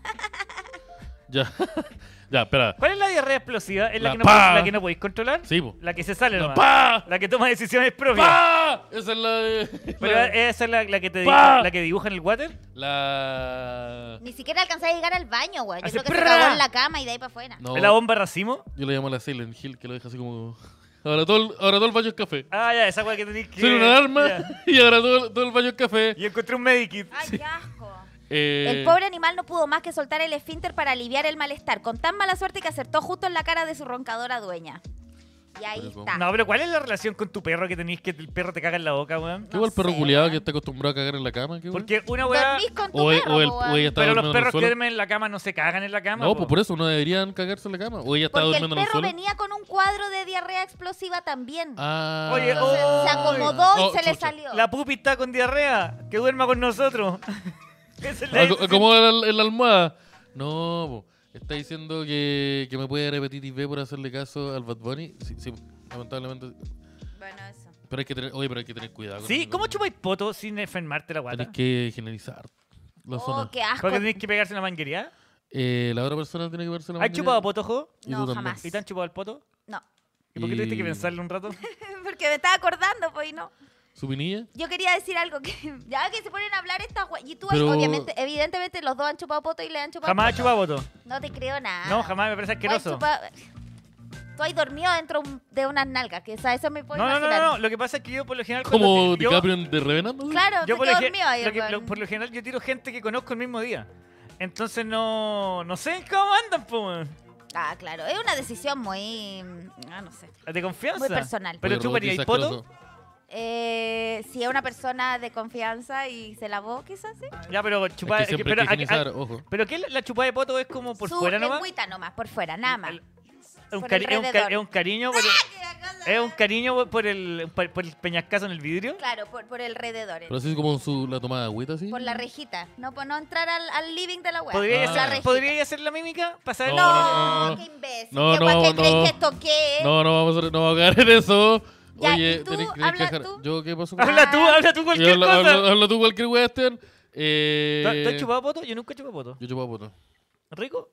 [SPEAKER 2] Ya, ya, espera.
[SPEAKER 3] ¿Cuál es la diarrea explosiva? ¿Es la,
[SPEAKER 2] La
[SPEAKER 3] que, no
[SPEAKER 2] pa.
[SPEAKER 3] podéis, la que no podéis controlar?
[SPEAKER 2] Sí, po.
[SPEAKER 3] La que se sale nomás.
[SPEAKER 2] ¡Pa!
[SPEAKER 3] La que toma decisiones propias.
[SPEAKER 2] ¡Pa! Esa es la de.
[SPEAKER 3] Pero eh,
[SPEAKER 2] la-
[SPEAKER 3] esa es la, la que te
[SPEAKER 2] Pa.
[SPEAKER 3] dibuja- la que dibuja en el water.
[SPEAKER 2] La.
[SPEAKER 1] Ni siquiera alcanzaba a llegar al baño, güey. Yo
[SPEAKER 3] Hace
[SPEAKER 1] creo que se
[SPEAKER 3] prrra.
[SPEAKER 1] cagó en la cama y de ahí para afuera.
[SPEAKER 2] No,
[SPEAKER 3] ¿Es la bomba racimo?
[SPEAKER 2] yo le llamo la Silent Hill, que lo deja así como. Ahora todo el, ahora todo el baño es café.
[SPEAKER 3] Ah, ya, esa weá que tenéis que.
[SPEAKER 2] Sin una alarma,
[SPEAKER 3] Ya.
[SPEAKER 2] y ahora todo, el- todo el baño es café.
[SPEAKER 3] Y encontré un medikit.
[SPEAKER 1] ¡Ay, qué asco!
[SPEAKER 2] Eh,
[SPEAKER 1] El pobre animal no pudo más que soltar el esfínter para aliviar el malestar, con tan mala suerte que acertó justo en la cara de su roncadora dueña. Y ahí
[SPEAKER 2] Pero, ¿cómo?
[SPEAKER 1] está.
[SPEAKER 3] No, pero ¿cuál es la relación con tu perro que tenéis que el perro te caga en la boca, weón?
[SPEAKER 2] ¿Qué hubo el
[SPEAKER 1] no
[SPEAKER 2] perro
[SPEAKER 1] sé,
[SPEAKER 2] culiado
[SPEAKER 1] weón.
[SPEAKER 2] que está acostumbrado a cagar en la cama? ¿Qué hubo?
[SPEAKER 3] Porque una weá.
[SPEAKER 1] Dormís con tu
[SPEAKER 2] O, el-
[SPEAKER 1] perro,
[SPEAKER 2] o el,
[SPEAKER 1] po,
[SPEAKER 2] o
[SPEAKER 1] weón.
[SPEAKER 2] ella está
[SPEAKER 3] Pero los
[SPEAKER 2] durmiendo en el
[SPEAKER 3] perros que
[SPEAKER 2] suelo.
[SPEAKER 3] duermen en la cama no se cagan en la cama.
[SPEAKER 2] No,
[SPEAKER 3] po.
[SPEAKER 2] pues por eso no deberían cagarse en la cama. O ella está
[SPEAKER 1] Porque el
[SPEAKER 2] durmiendo en el
[SPEAKER 1] perro
[SPEAKER 2] suelo.
[SPEAKER 1] venía con un cuadro de diarrea explosiva también.
[SPEAKER 2] Ah.
[SPEAKER 3] Oye,
[SPEAKER 1] Entonces,
[SPEAKER 3] oh.
[SPEAKER 1] se acomodó y
[SPEAKER 2] Oh,
[SPEAKER 1] se le
[SPEAKER 2] chucha.
[SPEAKER 1] salió.
[SPEAKER 3] La pupi está con diarrea. Que duerma con nosotros. Esa es la
[SPEAKER 2] Ah, co- ¿Cómo era el- en la almohada? No, po. está diciendo que, que me puede dar hepatitis B por hacerle caso al Bad Bunny. Sí, sí, lamentablemente.
[SPEAKER 1] Bueno, eso.
[SPEAKER 2] Pero hay que tener, oye, pero hay que tener cuidado. con
[SPEAKER 3] Sí,
[SPEAKER 2] eso.
[SPEAKER 3] ¿cómo chupáis poto sin enfermarte la
[SPEAKER 2] Tenés
[SPEAKER 3] guata?
[SPEAKER 2] que generalizar la
[SPEAKER 1] Oh,
[SPEAKER 2] zona.
[SPEAKER 1] qué asco.
[SPEAKER 3] ¿Por qué tenéis que pegarse una manguería?
[SPEAKER 2] Eh, la otra persona tiene que verse la
[SPEAKER 3] ¿Has
[SPEAKER 2] manguera.
[SPEAKER 3] chupado pues. potojo?
[SPEAKER 2] Y
[SPEAKER 1] No,
[SPEAKER 2] tú también.
[SPEAKER 1] jamás.
[SPEAKER 3] ¿Y te han chupado el poto?
[SPEAKER 1] No,
[SPEAKER 3] ¿Y por qué tuviste que
[SPEAKER 2] Y-
[SPEAKER 3] pensarlo un rato?
[SPEAKER 1] porque me estaba acordando, pues, y no.
[SPEAKER 2] ¿Su pinilla?
[SPEAKER 1] Yo quería decir algo que ya que se ponen a hablar estas güey. Y tú ahí,
[SPEAKER 2] Pero-
[SPEAKER 1] obviamente, evidentemente los dos han chupado poto y le han chupado.
[SPEAKER 3] Jamás has chupado poto.
[SPEAKER 1] No te creo nada.
[SPEAKER 3] No, jamás me parece
[SPEAKER 1] Guay,
[SPEAKER 3] asqueroso.
[SPEAKER 1] chupa- Tú has dormido dentro un- de unas nalgas, que esa, eso me puedo
[SPEAKER 3] No, no, no,
[SPEAKER 1] imaginar.
[SPEAKER 3] no, Lo que pasa es que yo por lo general.
[SPEAKER 2] Como
[SPEAKER 3] cuando te- yo-
[SPEAKER 2] DiCaprio en de Revenant.
[SPEAKER 1] Claro,
[SPEAKER 3] Yo
[SPEAKER 1] se quedó
[SPEAKER 3] por lo, gen-
[SPEAKER 1] dormido ahí.
[SPEAKER 3] lo que-
[SPEAKER 1] weón.
[SPEAKER 3] lo- por lo general yo tiro gente que conozco el mismo día. Entonces no, no sé cómo andan, pues.
[SPEAKER 1] Ah, claro, es una decisión muy... mm, Ah, no sé.
[SPEAKER 3] De confianza.
[SPEAKER 1] Muy personal.
[SPEAKER 3] Pero
[SPEAKER 2] tú
[SPEAKER 3] chuparía el poto.
[SPEAKER 1] Eh, si es una persona de confianza y se lavó, quizás sí.
[SPEAKER 3] Ya, pero
[SPEAKER 2] Chupa,
[SPEAKER 3] chupar.
[SPEAKER 2] es que siempre
[SPEAKER 3] pero,
[SPEAKER 2] hay que generalizar, ojo.
[SPEAKER 3] pero ¿qué es la- la chupada de poto es como por
[SPEAKER 1] Su
[SPEAKER 3] fuera nomás?
[SPEAKER 1] lengüita nomás, por fuera, nada más.
[SPEAKER 3] El- Es un,
[SPEAKER 1] por
[SPEAKER 3] cari- es un ca-
[SPEAKER 1] alrededor.
[SPEAKER 3] es un cariño. Por el, es un cariño por el, por, por el peñascazo en el vidrio.
[SPEAKER 1] Claro, por, por alrededor. eh.
[SPEAKER 2] Pero así es como su, la tomada de agüita, ¿sí?
[SPEAKER 1] Por la rejita. No, por no entrar al, al living de la web.
[SPEAKER 3] ¿Podría,
[SPEAKER 2] Ah.
[SPEAKER 1] la
[SPEAKER 3] hacer,
[SPEAKER 1] rejita.
[SPEAKER 3] ¿Podría hacer la mímica? Para saber-
[SPEAKER 2] No,
[SPEAKER 1] No,
[SPEAKER 2] no,
[SPEAKER 1] qué imbécil.
[SPEAKER 2] no,
[SPEAKER 1] qué
[SPEAKER 2] no,
[SPEAKER 1] guay, ¿qué
[SPEAKER 2] no.
[SPEAKER 1] crees que toqué?
[SPEAKER 2] No, no vamos a, no vamos a caer en eso.
[SPEAKER 1] Ya,
[SPEAKER 2] Oye,
[SPEAKER 1] ¿y tú?
[SPEAKER 2] tenés que tenés que
[SPEAKER 1] Habla
[SPEAKER 2] dejar.
[SPEAKER 1] tú.
[SPEAKER 2] ¿Yo qué pasó?
[SPEAKER 3] Habla tú, habla tú cualquier
[SPEAKER 2] habla,
[SPEAKER 3] cosa.
[SPEAKER 2] habla- habla tú cualquier weá, Esteban. Eh,
[SPEAKER 3] ¿Tú, tú has chupado poto? Yo nunca he chupado poto.
[SPEAKER 2] Yo chupaba poto.
[SPEAKER 3] ¿Rico?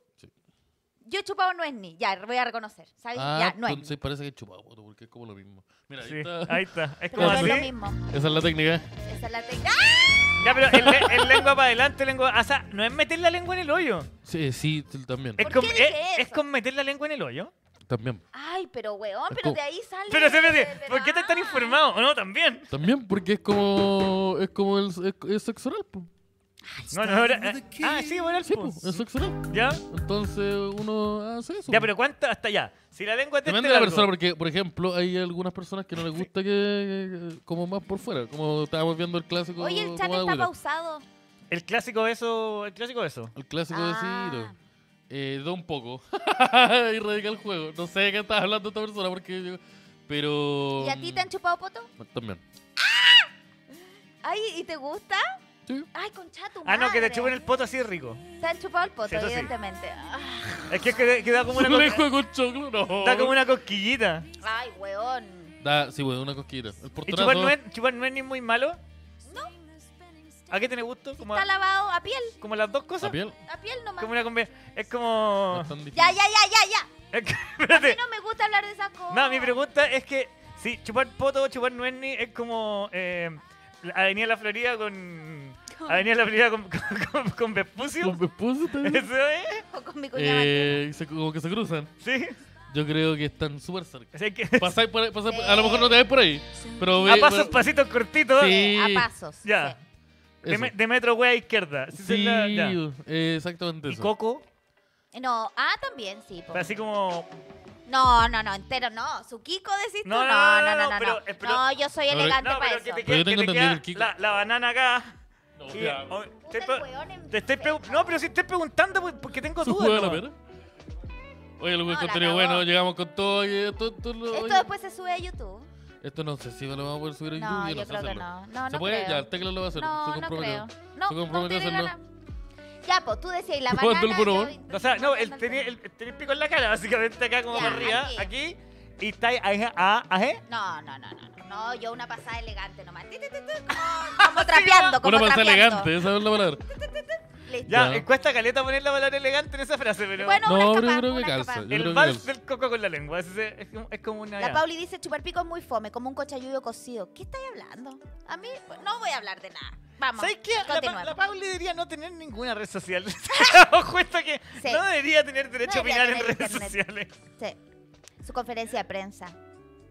[SPEAKER 1] Yo he chupado no es ni. Ya, voy a reconocer. ¿Sabes?
[SPEAKER 2] Ah,
[SPEAKER 1] ya, no es.
[SPEAKER 2] entonces parece que he chupado poto porque es como lo mismo. Mira,
[SPEAKER 3] Sí,
[SPEAKER 2] ahí está.
[SPEAKER 3] ahí está. Es
[SPEAKER 1] Pero
[SPEAKER 3] como
[SPEAKER 1] no es
[SPEAKER 3] así.
[SPEAKER 1] lo mismo.
[SPEAKER 2] Esa es la técnica.
[SPEAKER 1] Esa es la técnica. ¡Ah!
[SPEAKER 3] Ya, pero el, le- el lengua para adelante, lengua. O sea, no es meter la lengua en el hoyo.
[SPEAKER 2] Sí, sí, tú también.
[SPEAKER 3] Es
[SPEAKER 1] ¿Por
[SPEAKER 3] con,
[SPEAKER 1] qué dije
[SPEAKER 3] es- es
[SPEAKER 1] eso?
[SPEAKER 3] con meter la lengua en el hoyo.
[SPEAKER 2] También.
[SPEAKER 1] Ay, pero weón,
[SPEAKER 2] Es
[SPEAKER 1] pero
[SPEAKER 2] como-
[SPEAKER 1] de ahí sale.
[SPEAKER 3] Pero se mete.
[SPEAKER 1] de- de-
[SPEAKER 3] ¿Por qué estás tan
[SPEAKER 1] ah.
[SPEAKER 3] informado? ¿O no? También.
[SPEAKER 2] También porque es como. Es como el es, es sexual. po.
[SPEAKER 3] No, no, era- eh, ah, sí, bueno, el
[SPEAKER 2] Sí,
[SPEAKER 3] po.
[SPEAKER 2] pues, es sexual.
[SPEAKER 3] ¿Ya?
[SPEAKER 2] Entonces uno hace eso.
[SPEAKER 3] Ya,
[SPEAKER 2] po.
[SPEAKER 3] pero ¿cuánto? Hasta allá. Si la lengua este te
[SPEAKER 2] Depende de la persona, porque, por ejemplo, hay algunas personas que no les gusta que, que- como más por fuera, como estábamos viendo el clásico.
[SPEAKER 1] Oye, el chat
[SPEAKER 2] como de
[SPEAKER 1] está
[SPEAKER 2] abuela.
[SPEAKER 1] pausado.
[SPEAKER 3] El clásico beso, el clásico beso.
[SPEAKER 2] El clásico
[SPEAKER 1] Ah.
[SPEAKER 2] de Ciro. Eh, da un poco. y radica el juego. No sé de qué estaba hablando esta persona, porque yo- Pero.
[SPEAKER 1] ¿Y a ti te han chupado poto?
[SPEAKER 2] mm, También.
[SPEAKER 1] Ay, ¿y te gusta?
[SPEAKER 2] Sí.
[SPEAKER 1] Ay, concha tu
[SPEAKER 3] Ah, no, que te
[SPEAKER 1] madre.
[SPEAKER 3] chupen el poto así rico.
[SPEAKER 1] Te han chupado el poto,
[SPEAKER 3] Sí, eso sí.
[SPEAKER 1] evidentemente. Ah,
[SPEAKER 3] Es que, que, que da como una
[SPEAKER 2] Solo
[SPEAKER 3] co-
[SPEAKER 2] el juego con choclo, no.
[SPEAKER 3] da como una cosquillita.
[SPEAKER 1] Ay, weón.
[SPEAKER 2] Da- sí, bueno, una cosquita. El
[SPEAKER 3] ¿Y
[SPEAKER 2] portonazo.
[SPEAKER 3] chupar no, es, chupar no es ni muy malo? ¿A qué tiene gusto? Como,
[SPEAKER 1] Está lavado a piel,
[SPEAKER 3] como las dos cosas.
[SPEAKER 2] La piel.
[SPEAKER 1] a piel nomás.
[SPEAKER 3] Como una combi- Es
[SPEAKER 2] No
[SPEAKER 3] como.
[SPEAKER 2] es tan difícil.
[SPEAKER 1] Ya, ya, ya, ya, ya.
[SPEAKER 3] es que-
[SPEAKER 1] A mí
[SPEAKER 3] espérate.
[SPEAKER 1] no me gusta hablar de esas cosas.
[SPEAKER 3] No, mi pregunta es que si chupar poto o chupar nuerni es como eh, la Avenida La Florida con. Avenida La Florida con, con, con- con Vespucio.
[SPEAKER 2] Los esposos también.
[SPEAKER 3] ¿Eso es?
[SPEAKER 1] Con mi cuñada.
[SPEAKER 2] Eh, se- como que se cruzan.
[SPEAKER 3] Sí.
[SPEAKER 2] Yo creo que están súper cerca.
[SPEAKER 3] O sea, que,
[SPEAKER 2] Pasáis por ahí, pasáis por-
[SPEAKER 1] Sí.
[SPEAKER 2] a lo mejor no te ves por ahí. Pero ve-
[SPEAKER 3] a pasos,
[SPEAKER 2] bueno,
[SPEAKER 3] pasitos cortitos.
[SPEAKER 2] pues, Sí.
[SPEAKER 1] Eh, a pasos.
[SPEAKER 3] Ya.
[SPEAKER 1] sí.
[SPEAKER 2] eso.
[SPEAKER 3] De, me- de metro, wea izquierda. Sí,
[SPEAKER 2] Sí,
[SPEAKER 3] se la- ya.
[SPEAKER 2] eh, exactamente
[SPEAKER 3] Y
[SPEAKER 2] eso.
[SPEAKER 3] coco,
[SPEAKER 1] No, ah, también, sí. po.
[SPEAKER 3] así como.
[SPEAKER 1] No, no, no, entero no. ¿Su Kiko decís tú?
[SPEAKER 3] No,
[SPEAKER 1] No,
[SPEAKER 3] no,
[SPEAKER 1] no,
[SPEAKER 3] no,
[SPEAKER 1] no,
[SPEAKER 3] no,
[SPEAKER 1] no. No,
[SPEAKER 3] pero- eh, pero-
[SPEAKER 1] No, yo soy
[SPEAKER 2] No, pero-
[SPEAKER 1] elegante
[SPEAKER 3] No,
[SPEAKER 1] para
[SPEAKER 3] pero
[SPEAKER 1] eso.
[SPEAKER 3] que te,
[SPEAKER 2] Pero yo
[SPEAKER 3] que
[SPEAKER 2] tengo
[SPEAKER 3] te
[SPEAKER 2] entendido
[SPEAKER 3] queda
[SPEAKER 2] el Kiko.
[SPEAKER 3] la, la banana acá.
[SPEAKER 2] No,
[SPEAKER 3] y-
[SPEAKER 2] ya.
[SPEAKER 3] o-
[SPEAKER 1] Puta,
[SPEAKER 3] te
[SPEAKER 1] el
[SPEAKER 3] pre-
[SPEAKER 1] weón en-
[SPEAKER 3] te estoy pregu- no, pero si estoy preguntando pues, porque tengo
[SPEAKER 2] ¿Su juego
[SPEAKER 3] dudas.
[SPEAKER 2] de la
[SPEAKER 3] nomás.
[SPEAKER 2] pera? Oye, el buen
[SPEAKER 1] No, la
[SPEAKER 2] contenido
[SPEAKER 1] cagó.
[SPEAKER 2] bueno, llegamos con todo y esto, esto, lo-
[SPEAKER 1] Esto
[SPEAKER 2] oye,
[SPEAKER 1] después se sube a YouTube.
[SPEAKER 2] esto no sé si lo vamos a poder subir a YouTube.
[SPEAKER 1] No,
[SPEAKER 2] yo
[SPEAKER 1] yo
[SPEAKER 2] sé
[SPEAKER 1] creo que
[SPEAKER 2] hacerlo.
[SPEAKER 1] no. No,
[SPEAKER 2] ¿Se
[SPEAKER 1] no
[SPEAKER 2] puede? Ya, el
[SPEAKER 1] creo.
[SPEAKER 2] tecla lo va a hacer.
[SPEAKER 1] No,
[SPEAKER 2] se
[SPEAKER 1] no
[SPEAKER 2] comprometió.
[SPEAKER 1] creo. No,
[SPEAKER 2] Se
[SPEAKER 1] no
[SPEAKER 2] comprometió a
[SPEAKER 1] tiene
[SPEAKER 2] hacerlo.
[SPEAKER 1] ganas. Ya, pues tú decías, la
[SPEAKER 2] ¿Cuánto
[SPEAKER 1] banana...
[SPEAKER 2] el bonobón?
[SPEAKER 1] yo-
[SPEAKER 3] O sea, no, el tenía el, tenía el pico en la cara, básicamente acá como
[SPEAKER 1] Ya,
[SPEAKER 3] para arriba,
[SPEAKER 1] aquí.
[SPEAKER 3] aquí. Y está ahí, ahí, ah, ajé.
[SPEAKER 1] No, no, no, no, no. No, yo una pasada elegante nomás. Ti, ti, ti, ti, como- Como trapeando, como
[SPEAKER 2] Una pasada
[SPEAKER 1] trapeando.
[SPEAKER 2] elegante, esa es la palabra.
[SPEAKER 1] Listo.
[SPEAKER 3] Ya,
[SPEAKER 2] Ya.
[SPEAKER 3] eh, cuesta caleta poner la palabra elegante en esa frase, pero.
[SPEAKER 1] Bueno,
[SPEAKER 2] No,
[SPEAKER 1] una
[SPEAKER 2] pero
[SPEAKER 1] escapada,
[SPEAKER 2] yo creo que
[SPEAKER 1] una
[SPEAKER 2] calza.
[SPEAKER 1] escapada.
[SPEAKER 2] yo creo
[SPEAKER 3] el
[SPEAKER 2] que
[SPEAKER 3] vals
[SPEAKER 2] calza.
[SPEAKER 3] del coco con la lengua. ese Es, es como- es como una.
[SPEAKER 1] La
[SPEAKER 3] ya.
[SPEAKER 1] Pauli dice, chupar pico es muy fome, como un cochayuyo cocido. ¿Qué estáis hablando? A mí no voy a hablar de nada. Vamos,
[SPEAKER 3] ¿Sabes qué? La, Pa-
[SPEAKER 1] continuemos.
[SPEAKER 3] la Pauli debería no tener ninguna red social. Se ha dado cuenta que
[SPEAKER 1] Sí.
[SPEAKER 3] no debería tener derecho
[SPEAKER 1] No debería
[SPEAKER 3] a opinar en
[SPEAKER 1] tener
[SPEAKER 3] redes
[SPEAKER 1] internet.
[SPEAKER 3] sociales.
[SPEAKER 1] Sí. Su conferencia de prensa.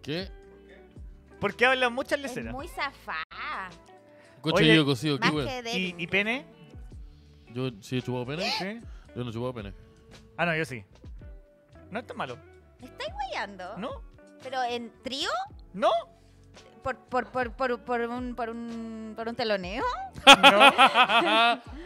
[SPEAKER 2] ¿Qué?
[SPEAKER 3] Porque hablan muchas
[SPEAKER 1] Es
[SPEAKER 3] leceras.
[SPEAKER 1] muy zafá.
[SPEAKER 2] Coche
[SPEAKER 3] Oye,
[SPEAKER 2] yo cocido, qué
[SPEAKER 1] Más
[SPEAKER 2] güey.
[SPEAKER 1] que de...
[SPEAKER 3] ¿Y, y pene?
[SPEAKER 2] Yo sí he chupado pene.
[SPEAKER 3] ¿Sí?
[SPEAKER 2] Yo no he chupado pene.
[SPEAKER 3] Ah, no, yo sí. No es tan malo.
[SPEAKER 1] ¿Estáis guayando?
[SPEAKER 3] ¿No?
[SPEAKER 1] ¿Pero en trío?
[SPEAKER 3] ¿No?
[SPEAKER 1] ¿Por, por, por, por, por, un, por, un, ¿Por un teloneo?
[SPEAKER 3] No.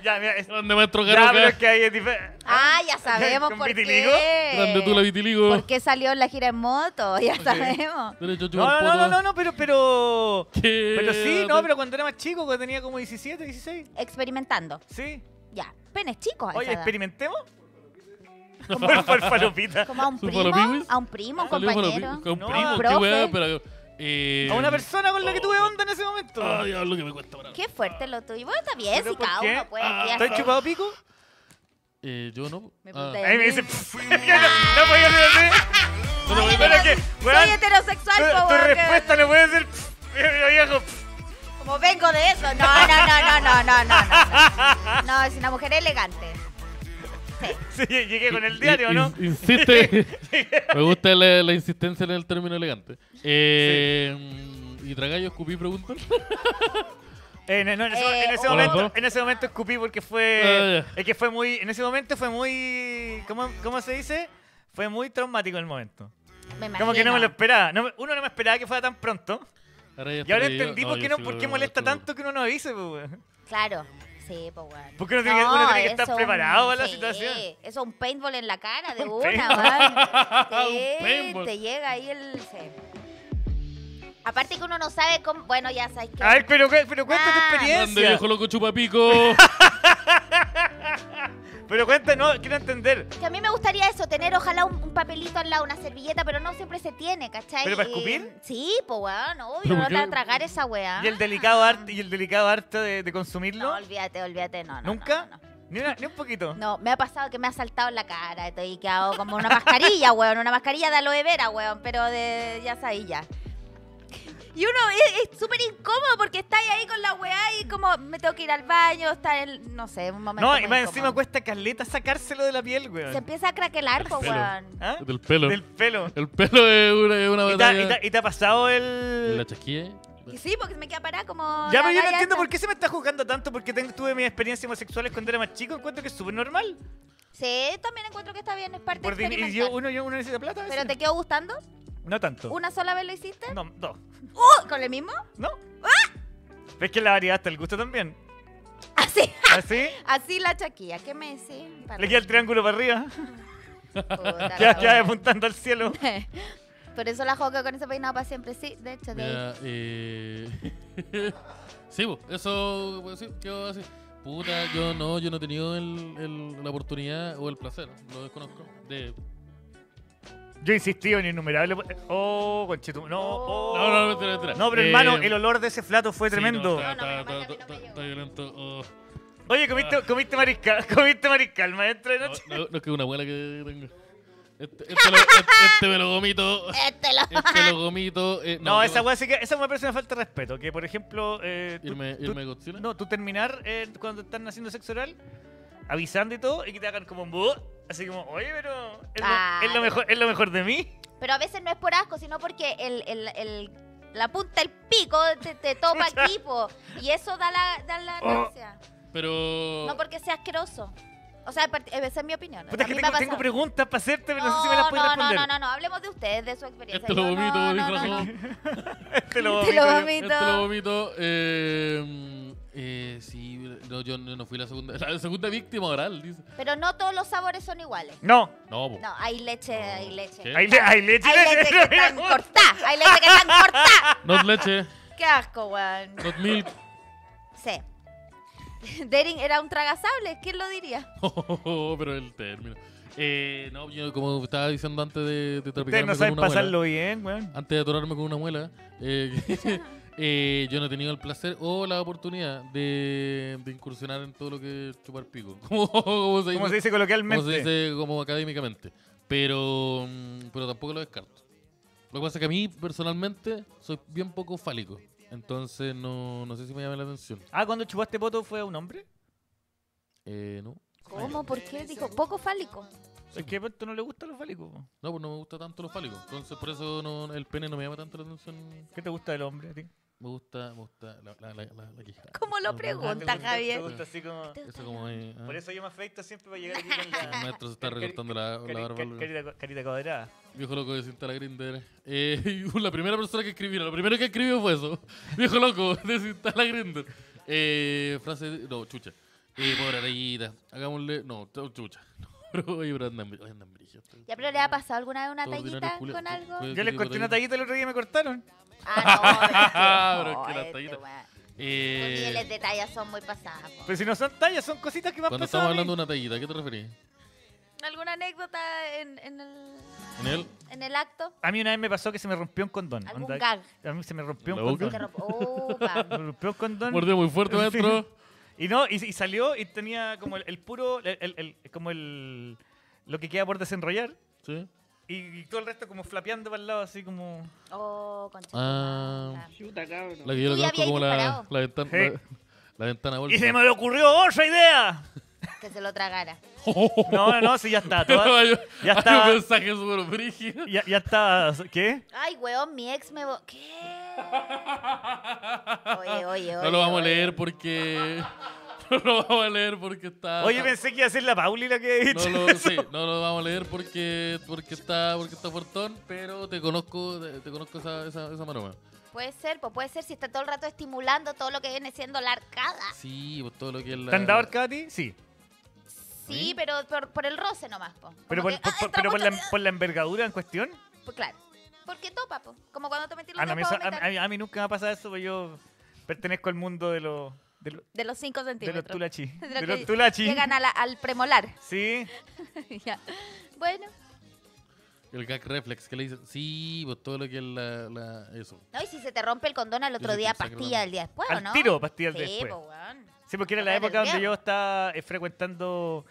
[SPEAKER 3] ya, mira. es-
[SPEAKER 2] Grande maestro
[SPEAKER 3] ya, pero es
[SPEAKER 2] Garoca.
[SPEAKER 3] que ahí es diferente.
[SPEAKER 1] Ah, ya sabemos
[SPEAKER 3] ¿Con
[SPEAKER 1] por
[SPEAKER 3] vitiligo?
[SPEAKER 1] qué.
[SPEAKER 2] Grande tú la vitiligo.
[SPEAKER 1] ¿Por qué salió en la gira en moto? Ya sabemos.
[SPEAKER 2] Derecho a chupar
[SPEAKER 3] No, no, no,
[SPEAKER 2] poto.
[SPEAKER 3] no, no, pero, pero.
[SPEAKER 2] ¿Qué?
[SPEAKER 3] Pero sí, no, pero cuando era más chico, cuando tenía como 17, 16.
[SPEAKER 1] Experimentando.
[SPEAKER 3] Sí.
[SPEAKER 1] Ya. Penes chicos. a
[SPEAKER 3] Oye,
[SPEAKER 1] esa edad.
[SPEAKER 3] experimentemos. Por, por falopita.
[SPEAKER 1] Como a un
[SPEAKER 2] ¿Sus
[SPEAKER 1] primo,
[SPEAKER 2] falopipis?
[SPEAKER 1] a un primo, un
[SPEAKER 2] Salió con los
[SPEAKER 1] compañero.
[SPEAKER 2] pi- Con
[SPEAKER 3] No,
[SPEAKER 2] primo,
[SPEAKER 1] profe.
[SPEAKER 2] qué weá, pero. eh,
[SPEAKER 3] A una persona con la que tuve
[SPEAKER 2] oh.
[SPEAKER 3] onda en ese momento.
[SPEAKER 2] Ah, diablo, que me cuesta parar.
[SPEAKER 1] Qué fuerte lo tuyo. Bueno, está bien,
[SPEAKER 3] ¿Pero
[SPEAKER 1] si
[SPEAKER 3] por
[SPEAKER 1] cada
[SPEAKER 3] qué?
[SPEAKER 1] uno puede.
[SPEAKER 2] Ah,
[SPEAKER 1] ya
[SPEAKER 3] ¿Estoy
[SPEAKER 1] está.
[SPEAKER 3] chupado pico?
[SPEAKER 2] Eh, yo no.
[SPEAKER 1] Me
[SPEAKER 2] Ah.
[SPEAKER 1] pregunté.
[SPEAKER 3] Ahí me dice. "Pff, que no, no podía ser así.
[SPEAKER 1] Soy
[SPEAKER 3] Pero
[SPEAKER 1] hetero-
[SPEAKER 3] que, weón,
[SPEAKER 1] Soy heterosexual,
[SPEAKER 3] tu,
[SPEAKER 1] po, weón,
[SPEAKER 3] tu
[SPEAKER 1] que-
[SPEAKER 3] respuesta no puede ser. "Pff, Mira, viejo.
[SPEAKER 1] Como vengo de eso. No, no, no, no, no, no, no. No, no es una mujer elegante.
[SPEAKER 3] Sí, llegué con el
[SPEAKER 2] In-
[SPEAKER 3] diario,
[SPEAKER 2] in-
[SPEAKER 3] ¿no?
[SPEAKER 2] Insiste. me gusta la, la insistencia en el término elegante. Eh, mm, ¿Y tragallo escupí preguntan?
[SPEAKER 3] En, no, en, ese,
[SPEAKER 1] Eh,
[SPEAKER 3] en ese
[SPEAKER 2] o-
[SPEAKER 3] momento, en ese momento escupí porque fue.
[SPEAKER 2] Ah,
[SPEAKER 3] Es que fue muy. En ese momento fue muy. ¿Cómo, cómo se dice? Fue muy traumático el momento.
[SPEAKER 1] Me imagino.
[SPEAKER 3] Como que no me lo esperaba. No me- uno no me esperaba que fuera tan pronto.
[SPEAKER 2] Ahora ya
[SPEAKER 3] Y ahora
[SPEAKER 2] está leído.
[SPEAKER 3] entendí por
[SPEAKER 2] yo
[SPEAKER 3] qué, no,
[SPEAKER 2] sí
[SPEAKER 3] por
[SPEAKER 2] lo
[SPEAKER 3] qué
[SPEAKER 2] veo,
[SPEAKER 3] molesta
[SPEAKER 2] lo veo.
[SPEAKER 3] tanto que uno no avise. Pues, weón.
[SPEAKER 1] Claro. Sí, pues bueno.
[SPEAKER 3] Porque uno tiene que- uno tiene que estar preparado para la situación.
[SPEAKER 1] Eso es un paintball en la cara de
[SPEAKER 3] Un
[SPEAKER 1] una,
[SPEAKER 3] paintball.
[SPEAKER 1] man.
[SPEAKER 2] Un paintball.
[SPEAKER 1] te llega ahí el. sí. Aparte que uno no sabe cómo. Bueno, ya sabes que.
[SPEAKER 3] A ver, pero, cu- pero cuenta
[SPEAKER 1] Ah.
[SPEAKER 3] tu
[SPEAKER 2] Grande
[SPEAKER 3] experiencia.
[SPEAKER 2] viejo loco chupapico.
[SPEAKER 3] Pero cuenta, no, quiero entender.
[SPEAKER 1] Que a mí me gustaría eso, tener ojalá un, un papelito al lado, una servilleta, pero no siempre se tiene, ¿cachai?
[SPEAKER 3] ¿Pero para
[SPEAKER 1] Y-
[SPEAKER 3] escupir?
[SPEAKER 1] Sí, pues weón, obvio,
[SPEAKER 2] ¿Pero por
[SPEAKER 1] no te
[SPEAKER 2] qué?
[SPEAKER 1] va a tragar esa weá.
[SPEAKER 2] Ah.
[SPEAKER 3] Y el delicado arte, y el delicado arte de, de
[SPEAKER 1] No,
[SPEAKER 3] consumirlo.
[SPEAKER 1] olvídate, olvídate, no, no. no,
[SPEAKER 3] ¿Nunca?
[SPEAKER 1] No, no.
[SPEAKER 3] Ni, una- ni un poquito.
[SPEAKER 1] No, me ha pasado que me ha saltado en la cara, estoy quedado como una mascarilla, weón, una mascarilla de aloe vera, weón, pero de, ya sabes, ya. Y uno es es súper incómodo porque estáis ahí con la weá y como me tengo que ir al baño, estar en, no sé, un momento.
[SPEAKER 3] No,
[SPEAKER 1] muy
[SPEAKER 3] y más
[SPEAKER 1] incómodo.
[SPEAKER 3] encima cuesta caleta sacárselo de la piel,
[SPEAKER 1] Se
[SPEAKER 3] weón.
[SPEAKER 1] empieza a craquelar,
[SPEAKER 2] El
[SPEAKER 1] pues
[SPEAKER 2] pelo.
[SPEAKER 1] weón.
[SPEAKER 3] ¿Ah?
[SPEAKER 2] Del pelo.
[SPEAKER 3] Del pelo.
[SPEAKER 2] El pelo es una, es una
[SPEAKER 3] ¿Y te, ha-
[SPEAKER 2] batalla.
[SPEAKER 3] y te- y te ha pasado
[SPEAKER 2] ¿La
[SPEAKER 3] el.
[SPEAKER 2] chasquilla?
[SPEAKER 1] Que sí, porque se me queda parada como.
[SPEAKER 3] Ya,
[SPEAKER 1] la
[SPEAKER 3] pero yo no
[SPEAKER 1] galla
[SPEAKER 3] entiendo
[SPEAKER 1] esa.
[SPEAKER 3] por qué se me está juzgando tanto porque tengo- tuve mis experiencias homosexuales cuando era más chico. Encuentro que es súper normal.
[SPEAKER 1] Sí, también encuentro que está bien, es parte
[SPEAKER 3] Por
[SPEAKER 1] de
[SPEAKER 3] dinero- y yo, uno, yo, uno necesita plata. a veces.
[SPEAKER 1] ¿Pero te quedó gustando?
[SPEAKER 3] No tanto.
[SPEAKER 1] ¿Una sola vez lo hiciste?
[SPEAKER 3] No, dos.
[SPEAKER 1] ¡Uh! ¿Con el mismo?
[SPEAKER 3] ¿No? Ves que la variedad está el gusto también.
[SPEAKER 1] Así,
[SPEAKER 3] Así,
[SPEAKER 1] así la chaquilla. ¿Qué me decís?
[SPEAKER 3] le queda el triángulo para arriba.
[SPEAKER 1] Puta la
[SPEAKER 3] Ya, ya
[SPEAKER 1] wea.
[SPEAKER 3] apuntando al cielo.
[SPEAKER 1] Por eso la joca con ese peinado para siempre, sí. De hecho, de ahí.
[SPEAKER 2] Mira, eh... sí, po, eso, pues, sí, quedó así. Puta, yo no, yo no he tenido el, el- la oportunidad o el placer, lo desconozco, de...
[SPEAKER 3] Yo insistí en innumerables. Oh, conchetum. No, oh.
[SPEAKER 2] No, no, no, mentira, mentira.
[SPEAKER 3] No, pero
[SPEAKER 2] Eh,
[SPEAKER 3] hermano, el olor de ese flato fue
[SPEAKER 2] sí,
[SPEAKER 3] tremendo.
[SPEAKER 2] no, está-
[SPEAKER 1] No, no,
[SPEAKER 2] está-
[SPEAKER 1] menos mal que
[SPEAKER 2] está-
[SPEAKER 1] a mí no me
[SPEAKER 2] está-
[SPEAKER 1] llegó.
[SPEAKER 2] está violento. oh.
[SPEAKER 3] Oye, comiste, comiste mariscal, comiste mariscal, maestro de
[SPEAKER 2] Ah. No,
[SPEAKER 3] noche.
[SPEAKER 2] no, no, es que es una abuela que tengo. Este, este lo- este- este me lo gomito.
[SPEAKER 1] Este lo-
[SPEAKER 2] Este lo gomito. eh,
[SPEAKER 3] No, esa
[SPEAKER 2] yo-
[SPEAKER 3] weá sí que, esa weá me parece una falta de respeto. Que por ejemplo, eh, tú-
[SPEAKER 2] Irme,
[SPEAKER 3] tú-
[SPEAKER 2] irme Godzilla.
[SPEAKER 3] no, tú terminar eh, cuando están haciendo sexo oral, avisando y todo, y que te hagan como un "Buh", así como, oye, pero es lo,
[SPEAKER 1] Ah,
[SPEAKER 3] es lo mejor, es lo mejor de mí.
[SPEAKER 1] Pero a veces no es por asco, sino porque el, el, el- la punta, el pico, te, te topa aquí, po. Y eso da la, da la
[SPEAKER 3] Oh.
[SPEAKER 1] náusea.
[SPEAKER 2] Pero.
[SPEAKER 1] No porque sea asqueroso. O sea, part- esa es mi opinión.
[SPEAKER 3] Puta,
[SPEAKER 1] A
[SPEAKER 3] es que
[SPEAKER 1] mí me ha
[SPEAKER 3] tengo, tengo
[SPEAKER 1] pasado.
[SPEAKER 3] preguntas para hacerte, pero no, sé si me las
[SPEAKER 1] No,
[SPEAKER 3] puedes
[SPEAKER 1] no, no,
[SPEAKER 3] responder.
[SPEAKER 1] no, no, no, hablemos de ustedes, de su experiencia.
[SPEAKER 2] Este lo
[SPEAKER 1] Yo
[SPEAKER 2] vomito,
[SPEAKER 1] no,
[SPEAKER 2] dijo
[SPEAKER 1] no,
[SPEAKER 2] la
[SPEAKER 1] no,
[SPEAKER 2] Sol.
[SPEAKER 1] no.
[SPEAKER 3] Te lo
[SPEAKER 1] Te lo
[SPEAKER 3] vomito yo.
[SPEAKER 1] vomito.
[SPEAKER 2] Este lo vomito. Eh, eh, sí, no, yo no no fui la segunda. La segunda víctima oral, dice.
[SPEAKER 1] Pero no todos los sabores son iguales.
[SPEAKER 3] No,
[SPEAKER 2] No, po.
[SPEAKER 1] No, hay leche, hay leche.
[SPEAKER 2] ¿Qué?
[SPEAKER 3] hay, le- hay leche.
[SPEAKER 1] Hay leche que están cortadas. Hay leche que están cortadas.
[SPEAKER 2] Not leche,
[SPEAKER 1] Qué asco, weón.
[SPEAKER 2] not milk.
[SPEAKER 1] Sí. Dering era un tragasable, ¿quién lo diría?
[SPEAKER 2] Oh, pero el término. Eh, no, yo como estaba diciendo antes de, de
[SPEAKER 3] Ustedes
[SPEAKER 2] tropicarme
[SPEAKER 3] no
[SPEAKER 2] con
[SPEAKER 3] saben
[SPEAKER 2] una abuela.
[SPEAKER 3] pasarlo bien, weón.
[SPEAKER 2] antes de atorarme con una muela, eh, eh, yo no he tenido el placer o la oportunidad de, de incursionar en todo lo que es chupar pico. Como, como se,
[SPEAKER 3] Como se
[SPEAKER 2] dice,
[SPEAKER 3] dice
[SPEAKER 2] como se
[SPEAKER 3] coloquialmente.
[SPEAKER 2] dice como académicamente. Pero, mm, pero tampoco lo descarto. Lo que pasa es que a mí, personalmente, soy bien poco fálico. Entonces, no, no sé si me llama la atención.
[SPEAKER 3] Ah, cuando chupaste poto fue a un hombre.
[SPEAKER 2] Eh, no.
[SPEAKER 1] ¿Cómo? ¿Por qué? Dijo, poco fálico.
[SPEAKER 3] Es que a Berto no le gustan los fálicos. po.
[SPEAKER 2] No, pues no me gusta tanto los fálicos. Entonces, por eso no- el pene no me llama tanto la atención.
[SPEAKER 3] ¿Qué te gusta del hombre a ti?
[SPEAKER 2] Me gusta, me gusta la, la, la, la- la quijada.
[SPEAKER 1] ¿Cómo lo
[SPEAKER 2] No,
[SPEAKER 1] pregunta,
[SPEAKER 2] no,
[SPEAKER 1] Está Javier.
[SPEAKER 3] Ah, Te gusta así como...
[SPEAKER 2] Eso como es, ah.
[SPEAKER 3] Por eso yo me afecto siempre para llegar aquí con
[SPEAKER 2] El
[SPEAKER 3] la...
[SPEAKER 2] maestro se está
[SPEAKER 3] Cari-
[SPEAKER 2] recortando la, la
[SPEAKER 3] cari-
[SPEAKER 2] barba.
[SPEAKER 3] cari- carita, carita cuadrada.
[SPEAKER 2] Viejo loco de Cinta la Grinder. Eh, y la primera persona que escribió, lo primero que escribió fue eso. Viejo loco de Cinta la Grinder. Eh, frase, de- no, chucha. Eh, pobre Arayita, hagámosle, no, ch- chucha. No, pero, oye, pero andan, oye, andan brígidos.
[SPEAKER 1] ¿Ya pero le ha pasado alguna vez una
[SPEAKER 2] Todo ordinario,
[SPEAKER 1] tallita
[SPEAKER 2] culia-
[SPEAKER 1] con algo?
[SPEAKER 2] culia-
[SPEAKER 3] Yo les corté una tallita el otro día y me cortaron.
[SPEAKER 1] Ah, no.
[SPEAKER 2] Pero es que las
[SPEAKER 1] este
[SPEAKER 2] tallitas-
[SPEAKER 1] weón. Los niveles
[SPEAKER 2] Eh,
[SPEAKER 1] de talla son muy pasadas. po.
[SPEAKER 3] Pero si no son tallas, son cositas que me han
[SPEAKER 2] cuando estamos
[SPEAKER 3] pasado a mí.
[SPEAKER 2] hablando de una tallita, ¿a qué te referís?
[SPEAKER 1] ¿Alguna anécdota en, en el,
[SPEAKER 2] ¿En él?
[SPEAKER 1] en el acto?
[SPEAKER 3] A mí una vez me pasó que se me rompió un condón.
[SPEAKER 1] ¿Algún
[SPEAKER 3] Onda,
[SPEAKER 1] gag?
[SPEAKER 3] A mí se me rompió
[SPEAKER 2] ¿La
[SPEAKER 3] un
[SPEAKER 1] Se
[SPEAKER 2] boca?
[SPEAKER 3] condón.
[SPEAKER 1] te
[SPEAKER 3] Se
[SPEAKER 1] romp- Opa.
[SPEAKER 3] me rompió un condón.
[SPEAKER 2] Mordió muy fuerte, maestro.
[SPEAKER 3] Y no, y, y salió y tenía como el, el puro, el, el- el- como el, lo que queda por desenrollar.
[SPEAKER 2] Sí.
[SPEAKER 3] Y, y todo el resto como flapeando para el lado, así como...
[SPEAKER 1] Oh, concha.
[SPEAKER 2] Ah.
[SPEAKER 1] Ah.
[SPEAKER 2] La que yo
[SPEAKER 1] Tú
[SPEAKER 2] la
[SPEAKER 1] ya
[SPEAKER 2] conozco
[SPEAKER 1] habías
[SPEAKER 2] como la,
[SPEAKER 1] disparado.
[SPEAKER 2] la ventana.
[SPEAKER 3] Sí.
[SPEAKER 2] La, la ventana
[SPEAKER 3] Y
[SPEAKER 2] bolsa.
[SPEAKER 3] se me le ocurrió otra idea.
[SPEAKER 1] Que se lo tragara.
[SPEAKER 3] No, no, no, sí, ya está.
[SPEAKER 2] Pero
[SPEAKER 3] toda-
[SPEAKER 2] hay,
[SPEAKER 3] ya
[SPEAKER 2] hay
[SPEAKER 3] estaba.
[SPEAKER 2] un mensaje súper brígido.
[SPEAKER 3] ya, ya está. ¿Qué?
[SPEAKER 1] Ay, weón, mi ex me... vo- ¿Qué? Oye, oye, oye.
[SPEAKER 2] No lo vamos a
[SPEAKER 1] oye.
[SPEAKER 2] leer porque. No lo vamos a leer porque está.
[SPEAKER 3] Oye, pensé que iba a ser la Pauli la que he
[SPEAKER 2] Ah, no
[SPEAKER 3] dicho.
[SPEAKER 2] lo,
[SPEAKER 3] eso.
[SPEAKER 2] sí, no lo vamos a leer porque, porque está porque está fuertón, pero te conozco, te, te conozco esa, esa, esa maroma.
[SPEAKER 1] Puede ser, pues puede ser si está todo el rato estimulando todo lo que viene siendo la arcada.
[SPEAKER 2] Sí, pues todo lo que es la.
[SPEAKER 3] ¿Te han dado arcada a ti? Sí.
[SPEAKER 1] Sí, pero por, por el roce nomás, po. Como
[SPEAKER 3] Pero por,
[SPEAKER 1] que,
[SPEAKER 3] por-
[SPEAKER 1] ah,
[SPEAKER 3] por-
[SPEAKER 1] entra
[SPEAKER 3] pero por
[SPEAKER 1] mucho-
[SPEAKER 3] la, em, por la envergadura en cuestión.
[SPEAKER 1] Pues claro. Porque topa, po. Como cuando te metí los
[SPEAKER 3] Ah, no, a, mí,
[SPEAKER 1] dedos
[SPEAKER 3] eso-
[SPEAKER 1] para
[SPEAKER 3] a-
[SPEAKER 1] meter-
[SPEAKER 3] a mí- a mí nunca me ha pasado eso, porque yo pertenezco al mundo de los. De los
[SPEAKER 1] De los 5
[SPEAKER 3] de los
[SPEAKER 1] centímetros.
[SPEAKER 3] tulachi.
[SPEAKER 1] De
[SPEAKER 3] De
[SPEAKER 1] lo
[SPEAKER 3] los
[SPEAKER 1] que
[SPEAKER 3] tulachi.
[SPEAKER 1] Llegan a la- al premolar.
[SPEAKER 3] Sí.
[SPEAKER 1] Ya. Bueno.
[SPEAKER 2] El gag reflex que le dicen. Sí, pues todo lo que es la. la- eso.
[SPEAKER 1] No, y si se te rompe el condón al otro
[SPEAKER 2] Eso
[SPEAKER 1] día,
[SPEAKER 2] te saca la
[SPEAKER 1] pastilla
[SPEAKER 2] mano.
[SPEAKER 1] el día después, ¿o
[SPEAKER 3] Al
[SPEAKER 1] no?
[SPEAKER 3] tiro, pastilla al
[SPEAKER 1] sí, pues,
[SPEAKER 3] día después.
[SPEAKER 1] po, weón.
[SPEAKER 3] Sí, porque era la
[SPEAKER 1] Era
[SPEAKER 3] época donde
[SPEAKER 1] vergueo.
[SPEAKER 3] yo estaba eh, frecuentando.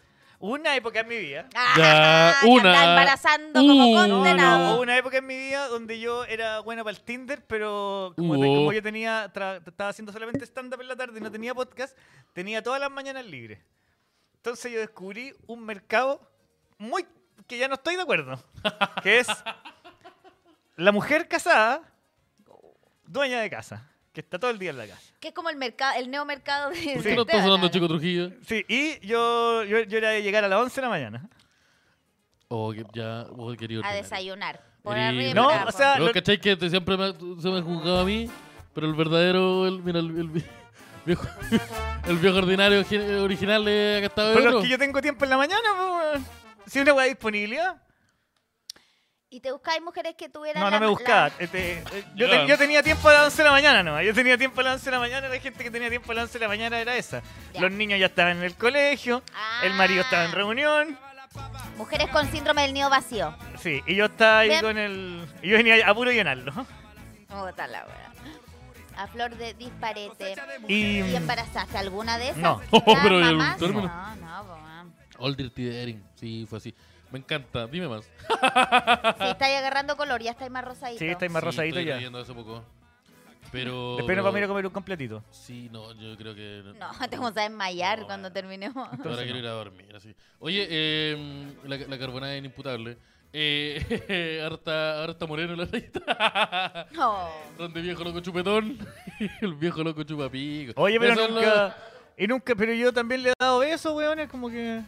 [SPEAKER 3] Una época en mi vida.
[SPEAKER 2] Ya,
[SPEAKER 1] que
[SPEAKER 2] una,
[SPEAKER 1] anda embarazando
[SPEAKER 2] uno.
[SPEAKER 1] como
[SPEAKER 2] No.
[SPEAKER 1] condenado.
[SPEAKER 3] Hubo una época en mi vida donde yo era bueno para el Tinder, pero como, te-
[SPEAKER 2] Hubo.
[SPEAKER 3] como yo tenía tra- estaba haciendo solamente stand-up en la tarde y no tenía podcast, tenía todas las mañanas libres. Entonces yo descubrí un mercado muy que ya no estoy de acuerdo, que es la mujer casada, dueña de casa. que está todo el día en la casa.
[SPEAKER 1] Que es como el mercado, el neomercado de.
[SPEAKER 2] ¿Por
[SPEAKER 1] de
[SPEAKER 2] qué no está
[SPEAKER 1] Esteban,
[SPEAKER 2] sonando
[SPEAKER 1] ahora?
[SPEAKER 2] Chico Trujillo?
[SPEAKER 3] Sí, y yo, yo, yo era de llegar a las 11 de la mañana.
[SPEAKER 2] O Oh, que ya, o querido.
[SPEAKER 1] A
[SPEAKER 2] ordinario.
[SPEAKER 1] desayunar. Por
[SPEAKER 2] Querido.
[SPEAKER 1] arriba.
[SPEAKER 3] No,
[SPEAKER 1] por
[SPEAKER 3] o sea,
[SPEAKER 2] Pero
[SPEAKER 3] lo-
[SPEAKER 2] ¿cachai que te- siempre me- se me juzgaba a mí? Pero el verdadero, el, mira, el, el vi- viejo, el viejo ordinario gen- original de acá estaba
[SPEAKER 3] Pero
[SPEAKER 2] otro.
[SPEAKER 3] es que yo tengo tiempo en la mañana, pues, weón. Si una weá de disponibilidad.
[SPEAKER 1] ¿Y te buscabas mujeres que tuvieran.?
[SPEAKER 3] No, no
[SPEAKER 1] la-
[SPEAKER 3] me
[SPEAKER 1] la-
[SPEAKER 3] buscaba. Este, eh, yo,
[SPEAKER 2] Ya.
[SPEAKER 3] ten- yo tenía tiempo a las 11 de la mañana, no. Yo tenía tiempo a las 11 de la mañana. La gente que tenía tiempo a las 11 de la mañana era esa.
[SPEAKER 1] Ya.
[SPEAKER 3] Los niños ya estaban en el colegio. El marido estaba en reunión.
[SPEAKER 1] Ah, Mujeres con síndrome del nido vacío.
[SPEAKER 3] Sí, y yo estaba ahí
[SPEAKER 1] Bien.
[SPEAKER 3] con el. Y yo venía a puro llenarlo.
[SPEAKER 1] ¿Cómo está la wea? A flor de disparete.
[SPEAKER 3] Y. mm,
[SPEAKER 1] ¿Y embarazaste alguna de esas?
[SPEAKER 3] No.
[SPEAKER 1] ¿Las
[SPEAKER 2] Oh, Pero el
[SPEAKER 1] mamás?
[SPEAKER 2] término.
[SPEAKER 1] No, no, po, man.
[SPEAKER 2] All Dirty Daring. Sí, fue así. Me encanta. Dime más.
[SPEAKER 1] Sí, estáis agarrando color, ya estáis más rosadito.
[SPEAKER 3] Sí, estáis más
[SPEAKER 2] Sí,
[SPEAKER 3] rosadito
[SPEAKER 2] estoy
[SPEAKER 3] ya.
[SPEAKER 2] leyendo hace poco. Pero...
[SPEAKER 3] Después nos vamos a ir a comer un completito.
[SPEAKER 2] Sí, no, yo creo que...
[SPEAKER 1] No, te vamos a desmayar
[SPEAKER 2] No,
[SPEAKER 1] cuando
[SPEAKER 2] bueno.
[SPEAKER 1] terminemos.
[SPEAKER 2] Ahora
[SPEAKER 3] Entonces,
[SPEAKER 2] quiero
[SPEAKER 3] no.
[SPEAKER 2] ir a dormir, así. Oye, eh, la, la carbonada es inimputable. Eh, ahora, está, ahora está moreno la lista.
[SPEAKER 1] No.
[SPEAKER 2] Donde viejo loco chupetón. El viejo loco chupapico.
[SPEAKER 3] Oye, pero
[SPEAKER 2] Eso es lo-
[SPEAKER 3] nunca. Y nunca, pero yo también le he dado besos, weón. Es como que.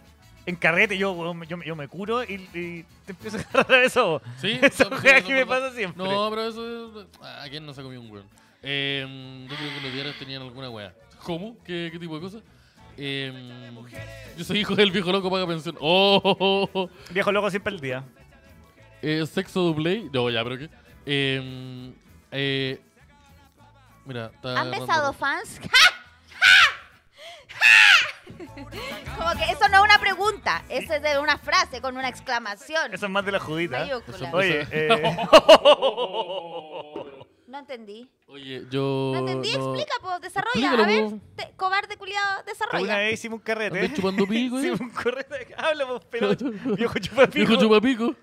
[SPEAKER 3] En carrete, yo, weón, yo, yo me curo y, y te empiezo a agarrar besos.
[SPEAKER 2] Sí,
[SPEAKER 3] Esa
[SPEAKER 2] no, sí,
[SPEAKER 3] weá
[SPEAKER 2] eso
[SPEAKER 3] que
[SPEAKER 2] es
[SPEAKER 3] me
[SPEAKER 2] verdad.
[SPEAKER 3] pasa siempre.
[SPEAKER 2] No, pero eso es. Ah, ¿A quién no se ha comido un weón? Eh, yo creo que los diarios tenían alguna weá. ¿Cómo? ¿Qué, qué tipo de cosa? Eh, yo soy hijo del viejo loco, paga pensión. Oh, oh, oh, oh.
[SPEAKER 3] Viejo loco siempre el día.
[SPEAKER 2] Eh, sexo duplay. No, ya, pero qué. Eh, eh, mira, está.
[SPEAKER 3] Ah,
[SPEAKER 1] ¿Han
[SPEAKER 2] agarrando-
[SPEAKER 1] besado fans? Como que eso no es una pregunta, eso es de una frase con una exclamación.
[SPEAKER 3] Eso es más de la judita.
[SPEAKER 1] mayúscula.
[SPEAKER 2] Eso-
[SPEAKER 3] Oye, eh,
[SPEAKER 1] No entendí.
[SPEAKER 2] Oye, yo.
[SPEAKER 3] Oh,
[SPEAKER 1] No entendí,
[SPEAKER 2] no-
[SPEAKER 1] explica, pues, desarrolla.
[SPEAKER 2] Explícalo,
[SPEAKER 1] A ver,
[SPEAKER 2] po.
[SPEAKER 1] te- cobarde culiado,
[SPEAKER 3] una
[SPEAKER 1] desarrolla.
[SPEAKER 3] vez hicimos un carrete.
[SPEAKER 2] Andé chupando pico, eh.
[SPEAKER 3] Hicimos un carrete. Habla, vos, pelota. Viejo chupapico.
[SPEAKER 2] Viejo chupapico.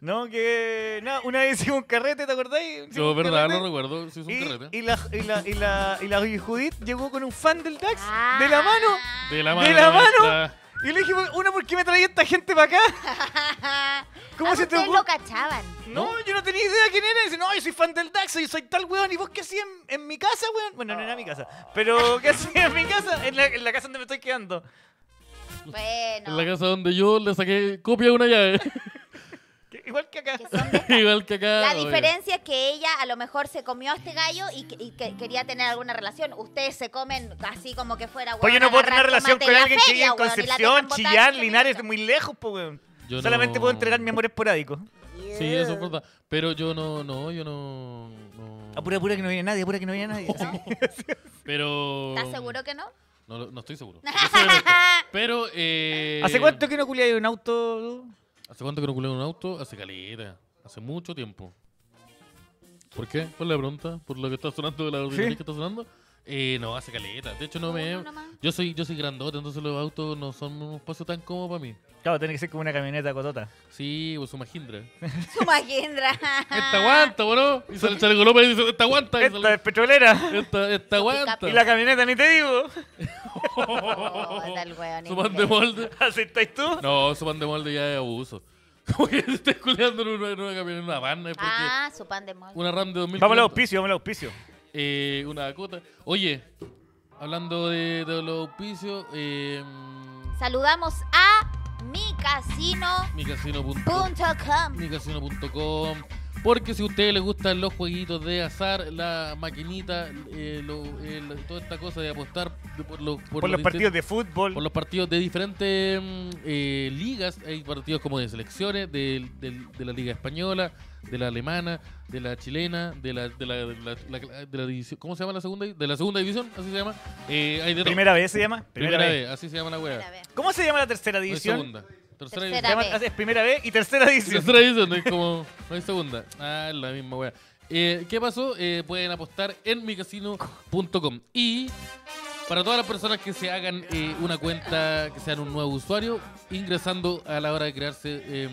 [SPEAKER 3] No, que. No, una vez hicimos un carrete, ¿te acordáis? Hicimos
[SPEAKER 2] Yo,
[SPEAKER 3] un
[SPEAKER 2] verdad,
[SPEAKER 3] carrete.
[SPEAKER 2] no recuerdo. Sí, es un carrete.
[SPEAKER 3] y, y la y la y la y la Judith llegó con un fan del Dax de la
[SPEAKER 1] Ah.
[SPEAKER 3] mano
[SPEAKER 2] De la mano.
[SPEAKER 3] de la mano
[SPEAKER 2] está-
[SPEAKER 3] y le dije una ¿por qué me traía esta gente para acá? ¿Cómo
[SPEAKER 1] Ah,
[SPEAKER 3] se te
[SPEAKER 1] ustedes
[SPEAKER 3] ocurre?
[SPEAKER 1] lo cachaban.
[SPEAKER 3] No, yo no tenía idea quién era. Y dice, no, yo soy fan del Dax, yo soy tal weón. ¿Y vos qué hacías en, en mi casa, weón? Bueno, no era mi casa. Pero ¿qué hacías en mi casa? En la, en la casa donde me estoy quedando.
[SPEAKER 2] En la
[SPEAKER 1] Bueno,
[SPEAKER 2] casa donde yo le saqué copia de una llave.
[SPEAKER 3] Que- igual que acá.
[SPEAKER 1] que son de-
[SPEAKER 2] Igual que acá.
[SPEAKER 1] La
[SPEAKER 2] oye.
[SPEAKER 1] diferencia es que ella a lo mejor se comió a este gallo y, que- y que quería tener alguna relación. Ustedes se comen así como que fuera
[SPEAKER 3] Pues yo
[SPEAKER 1] weón,
[SPEAKER 3] no puedo tener
[SPEAKER 1] agarrar
[SPEAKER 3] relación
[SPEAKER 1] tomate
[SPEAKER 3] con
[SPEAKER 1] la
[SPEAKER 3] alguien que vive
[SPEAKER 1] feria,
[SPEAKER 3] en
[SPEAKER 1] weón, y la dejan
[SPEAKER 3] Concepción,
[SPEAKER 1] botar
[SPEAKER 3] Chillán,
[SPEAKER 1] cinco
[SPEAKER 3] Linares,
[SPEAKER 1] minutos.
[SPEAKER 3] muy lejos, po, weón.
[SPEAKER 2] Yo
[SPEAKER 3] Solamente
[SPEAKER 2] no-
[SPEAKER 3] puedo entregar mi amor esporádico.
[SPEAKER 2] Sí, eso es verdad. Pero yo no, no, yo no. no.
[SPEAKER 3] Apura, apura que no viene nadie, apura que no viene nadie.
[SPEAKER 2] Pero.
[SPEAKER 1] ¿Estás seguro que no?
[SPEAKER 2] No, lo- no estoy seguro. Yo soy honesto. Pero. Eh,
[SPEAKER 3] ¿Hace cuánto que no culiáis un auto?
[SPEAKER 2] ¿Hace cuánto que no culé en un auto? Hace caleta. Hace mucho tiempo. ¿Por qué? ¿Por la pregunta? ¿Por lo que está sonando? ¿La ordinaria que está sonando? Eh, no, hace caleta. De hecho, no me.
[SPEAKER 1] Uno nomás.
[SPEAKER 2] Yo soy, yo soy grandote, entonces los autos no son un espacio tan cómodo para mí.
[SPEAKER 3] Claro, tiene que ser como una camioneta cotota.
[SPEAKER 2] Sí, pues su Mahindra.
[SPEAKER 1] Su Magendra.
[SPEAKER 2] ¡Esta aguanta, bro! Y sale el Chaleco López y dice, ¡Esta aguanta! Y
[SPEAKER 3] Esta
[SPEAKER 2] sale,
[SPEAKER 3] es petrolera.
[SPEAKER 2] ¡Esta, esta aguanta!
[SPEAKER 3] Y la camioneta ni te digo.
[SPEAKER 1] Oh, tal weón,
[SPEAKER 2] Su pan de
[SPEAKER 1] increíble.
[SPEAKER 2] molde.
[SPEAKER 3] ¿Aceptáis tú?
[SPEAKER 2] No, su pan de molde ya es abuso. Como que te estés culeando en una, en una camioneta, en una van, es porque
[SPEAKER 1] Ah, su pan de molde.
[SPEAKER 2] una RAM de 2000.
[SPEAKER 3] Vamos al auspicio, vamos al auspicio.
[SPEAKER 2] Eh, una cota. Oye, hablando de, de los auspicios, eh,
[SPEAKER 1] Saludamos a micasino.com.
[SPEAKER 2] micasino.com. micasino.com. Porque si a ustedes les gustan los jueguitos de azar, la maquinita, eh, lo- el- toda esta cosa de apostar de- por, los- por los
[SPEAKER 3] Por, los
[SPEAKER 2] distintos-
[SPEAKER 3] partidos de fútbol.
[SPEAKER 2] por los partidos de diferentes mm, eh, ligas. Hay partidos como de selecciones, de, de- de la liga española, de la alemana, de la chilena, de la, de la, de la- la- de la división. ¿Cómo se llama la segunda? di- De la segunda división, así se llama. Eh, hay de todo.
[SPEAKER 3] ¿Primera vez se llama?
[SPEAKER 2] Primera vez. así se llama la
[SPEAKER 1] Mira,
[SPEAKER 2] wea.
[SPEAKER 1] ve.
[SPEAKER 3] ¿Cómo se llama la tercera
[SPEAKER 2] No hay
[SPEAKER 3] división?
[SPEAKER 2] segunda. Tercera división.
[SPEAKER 1] Tercera.
[SPEAKER 3] Se llama- es primera vez y tercera división.
[SPEAKER 2] Tercera edición, es como. No hay segunda. Ah, es la misma wea. Eh, ¿Qué pasó? Eh, pueden apostar en micasino.com. Y para todas las personas que se hagan eh, una cuenta, que sean un nuevo usuario, ingresando a la hora de crearse, eh,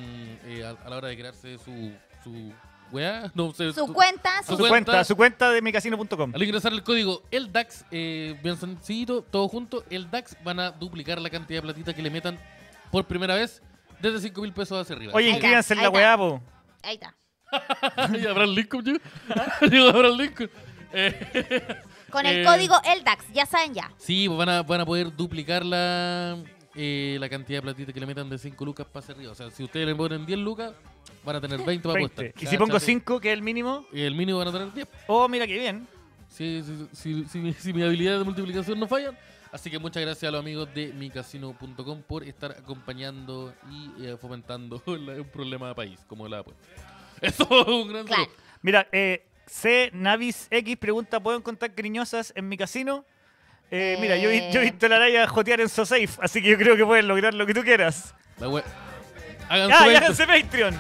[SPEAKER 2] eh, a, a la hora de crearse su, su wea, no sé.
[SPEAKER 1] Su cuenta, su
[SPEAKER 2] Su
[SPEAKER 3] Su
[SPEAKER 2] cuenta.
[SPEAKER 3] cuenta, su cuenta de micasino.com.
[SPEAKER 2] Al ingresar el código ELDAX, eh, bien sencillito, todo junto, ELDAX van a duplicar la cantidad de platita que le metan por primera vez desde 5 mil pesos hacia arriba.
[SPEAKER 3] Oye,
[SPEAKER 1] Ahí está,
[SPEAKER 3] inscríbanse en
[SPEAKER 1] ahí
[SPEAKER 3] la
[SPEAKER 1] está.
[SPEAKER 3] weá, po.
[SPEAKER 1] Ahí está.
[SPEAKER 2] y Abraham Lincoln, yo. Digo, Abraham Lincoln. Eh,
[SPEAKER 1] Con el
[SPEAKER 2] Eh,
[SPEAKER 1] código ELDAX, ya saben ya.
[SPEAKER 2] Sí, pues van a, van a poder duplicar la, eh, la cantidad de platita que le metan de 5 lucas para hacia arriba. O sea, si ustedes le ponen 10 lucas, van a tener 20 para
[SPEAKER 3] 20.
[SPEAKER 2] apostar.
[SPEAKER 3] Y si pongo
[SPEAKER 2] Cáchate.
[SPEAKER 3] 5, que es el mínimo,
[SPEAKER 2] Y el mínimo van a tener 10.
[SPEAKER 3] oh, mira qué bien.
[SPEAKER 2] Si, si, si- si mi- si mis habilidades de multiplicación no fallan. Así que muchas gracias a los amigos de micasino.com por estar acompañando y eh, fomentando la- un problema de país como la apuesta. Eso es un gran
[SPEAKER 1] Claro.
[SPEAKER 2] saludo.
[SPEAKER 3] Mira, eh, C. Navis X pregunta, ¿puedo encontrar cariñosas en mi casino? Eh, Mira, yo, vi- yo he visto a la araya jotear en SoSafe, así que yo creo que puedes lograr lo que tú quieras.
[SPEAKER 2] La we- Hagan
[SPEAKER 3] ¡Ah,
[SPEAKER 2] su
[SPEAKER 3] y
[SPEAKER 2] evento.
[SPEAKER 3] háganse Patreon!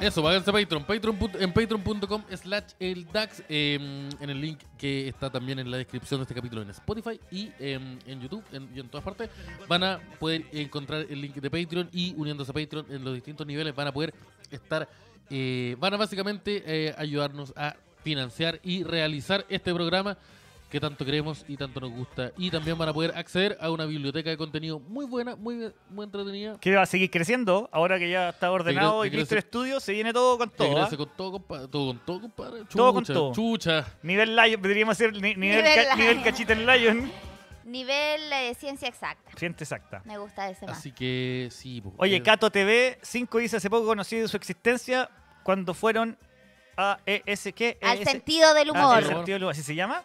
[SPEAKER 2] Eso, váyanse a Patreon. Patreon punto- en patreon.com slash el DAX. em, en el link que está también en la descripción de este capítulo en Spotify y em, en YouTube en- y en todas partes. Van a poder encontrar el link de Patreon y uniéndose a Patreon en los distintos niveles van a poder estar. eh, van a básicamente eh, ayudarnos a financiar y realizar este programa que tanto queremos y tanto nos gusta. Y también van a poder acceder a una biblioteca de contenido muy buena, muy, muy entretenida.
[SPEAKER 3] Que va a seguir creciendo, ahora que ya está ordenado
[SPEAKER 2] Te
[SPEAKER 3] y
[SPEAKER 2] crece-
[SPEAKER 3] listo el estudio, se viene todo con
[SPEAKER 2] Te
[SPEAKER 3] todo. ¿ah?
[SPEAKER 2] agradece con todo, compadre. Todo con todo, compadre. Chucha,
[SPEAKER 3] Todo con todo.
[SPEAKER 2] Chucha.
[SPEAKER 3] Nivel Lion, deberíamos hacer ni- nivel,
[SPEAKER 1] Nivel
[SPEAKER 3] ca-
[SPEAKER 1] Lion.
[SPEAKER 3] nivel cachita en Lion.
[SPEAKER 1] Nivel eh, ciencia exacta.
[SPEAKER 3] Siente exacta.
[SPEAKER 1] Me gusta ese más.
[SPEAKER 2] Así que sí. po.
[SPEAKER 3] Oye,
[SPEAKER 2] Eh,
[SPEAKER 3] Cato TV 5 dice hace poco conocí de su existencia cuando fueron a E ESQ.
[SPEAKER 1] Al sentido del humor.
[SPEAKER 2] Ah, sí.
[SPEAKER 3] ¿Así se llama?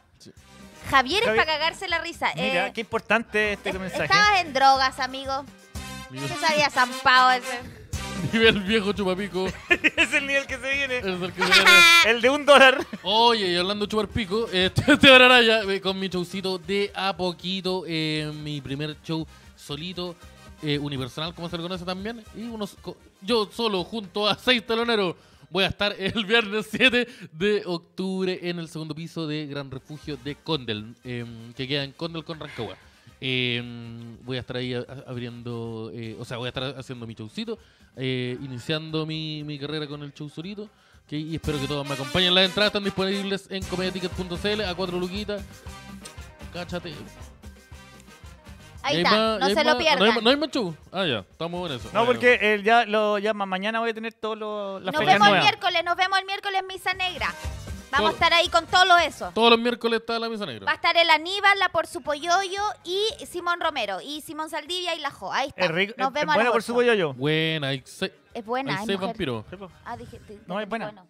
[SPEAKER 1] Javier es
[SPEAKER 3] Javier-
[SPEAKER 1] para cagarse la risa.
[SPEAKER 3] Mira,
[SPEAKER 1] Eh,
[SPEAKER 3] qué importante este
[SPEAKER 1] es-
[SPEAKER 3] mensaje.
[SPEAKER 1] estabas en drogas, amigo.
[SPEAKER 2] Nivel,
[SPEAKER 1] ¿Qué se había zampado ese?
[SPEAKER 2] nivel viejo chupapico.
[SPEAKER 3] es el nivel que se viene.
[SPEAKER 2] es el que se gana.
[SPEAKER 3] El de un dólar.
[SPEAKER 2] Oye, y hablando de chupar pico, este Esteban Araya, eh, con mi showcito de a poquito, eh, mi primer show solito, eh, universal, como se le conoce también. Y unos, co- yo solo, junto a seis teloneros, voy a estar el viernes 7 de octubre en el segundo piso de Gran Refugio de Condel, eh, que queda en Condel con Rancagua. Eh, voy a estar ahí a- a- abriendo, eh, o sea, voy a estar haciendo mi showcito, eh, iniciando mi, mi carrera con el show solito. Que- y espero que todos me acompañen. Las entradas están disponibles en comediaticket.cl a 4 luquitas. Cáchate.
[SPEAKER 1] Ahí
[SPEAKER 2] Y
[SPEAKER 1] está,
[SPEAKER 2] más-
[SPEAKER 1] no
[SPEAKER 2] y hay
[SPEAKER 1] se lo
[SPEAKER 2] más- No hay,
[SPEAKER 1] pierdan.
[SPEAKER 2] más- no hay más show. Ah, ya, estamos en eso.
[SPEAKER 3] No,
[SPEAKER 2] Ah,
[SPEAKER 3] porque eh, ya lo ya ma- mañana voy a tener todos los las
[SPEAKER 1] Nos
[SPEAKER 3] fechas
[SPEAKER 1] vemos el
[SPEAKER 3] nuevas.
[SPEAKER 1] miércoles, nos vemos el miércoles Misa Negra. Vamos a
[SPEAKER 2] Todo-
[SPEAKER 1] estar ahí con todo lo eso.
[SPEAKER 2] Todos los miércoles está la misa
[SPEAKER 1] Va a
[SPEAKER 2] negra.
[SPEAKER 1] estar el Aníbal, la Por su Polloyo y Simón Romero. Y Simón Saldivia y la Jo. Ahí está.
[SPEAKER 3] Es rico-
[SPEAKER 1] Nos
[SPEAKER 3] es
[SPEAKER 1] vemos a
[SPEAKER 3] bueno,
[SPEAKER 1] las
[SPEAKER 3] por
[SPEAKER 1] ocho.
[SPEAKER 3] supuesto yo.
[SPEAKER 2] Buena, hay seis,
[SPEAKER 1] Es buena,
[SPEAKER 2] hay
[SPEAKER 1] es
[SPEAKER 2] seis
[SPEAKER 1] mujer.
[SPEAKER 2] vampiros.
[SPEAKER 1] Ah, dije, te-
[SPEAKER 3] No, es buena.
[SPEAKER 1] bueno.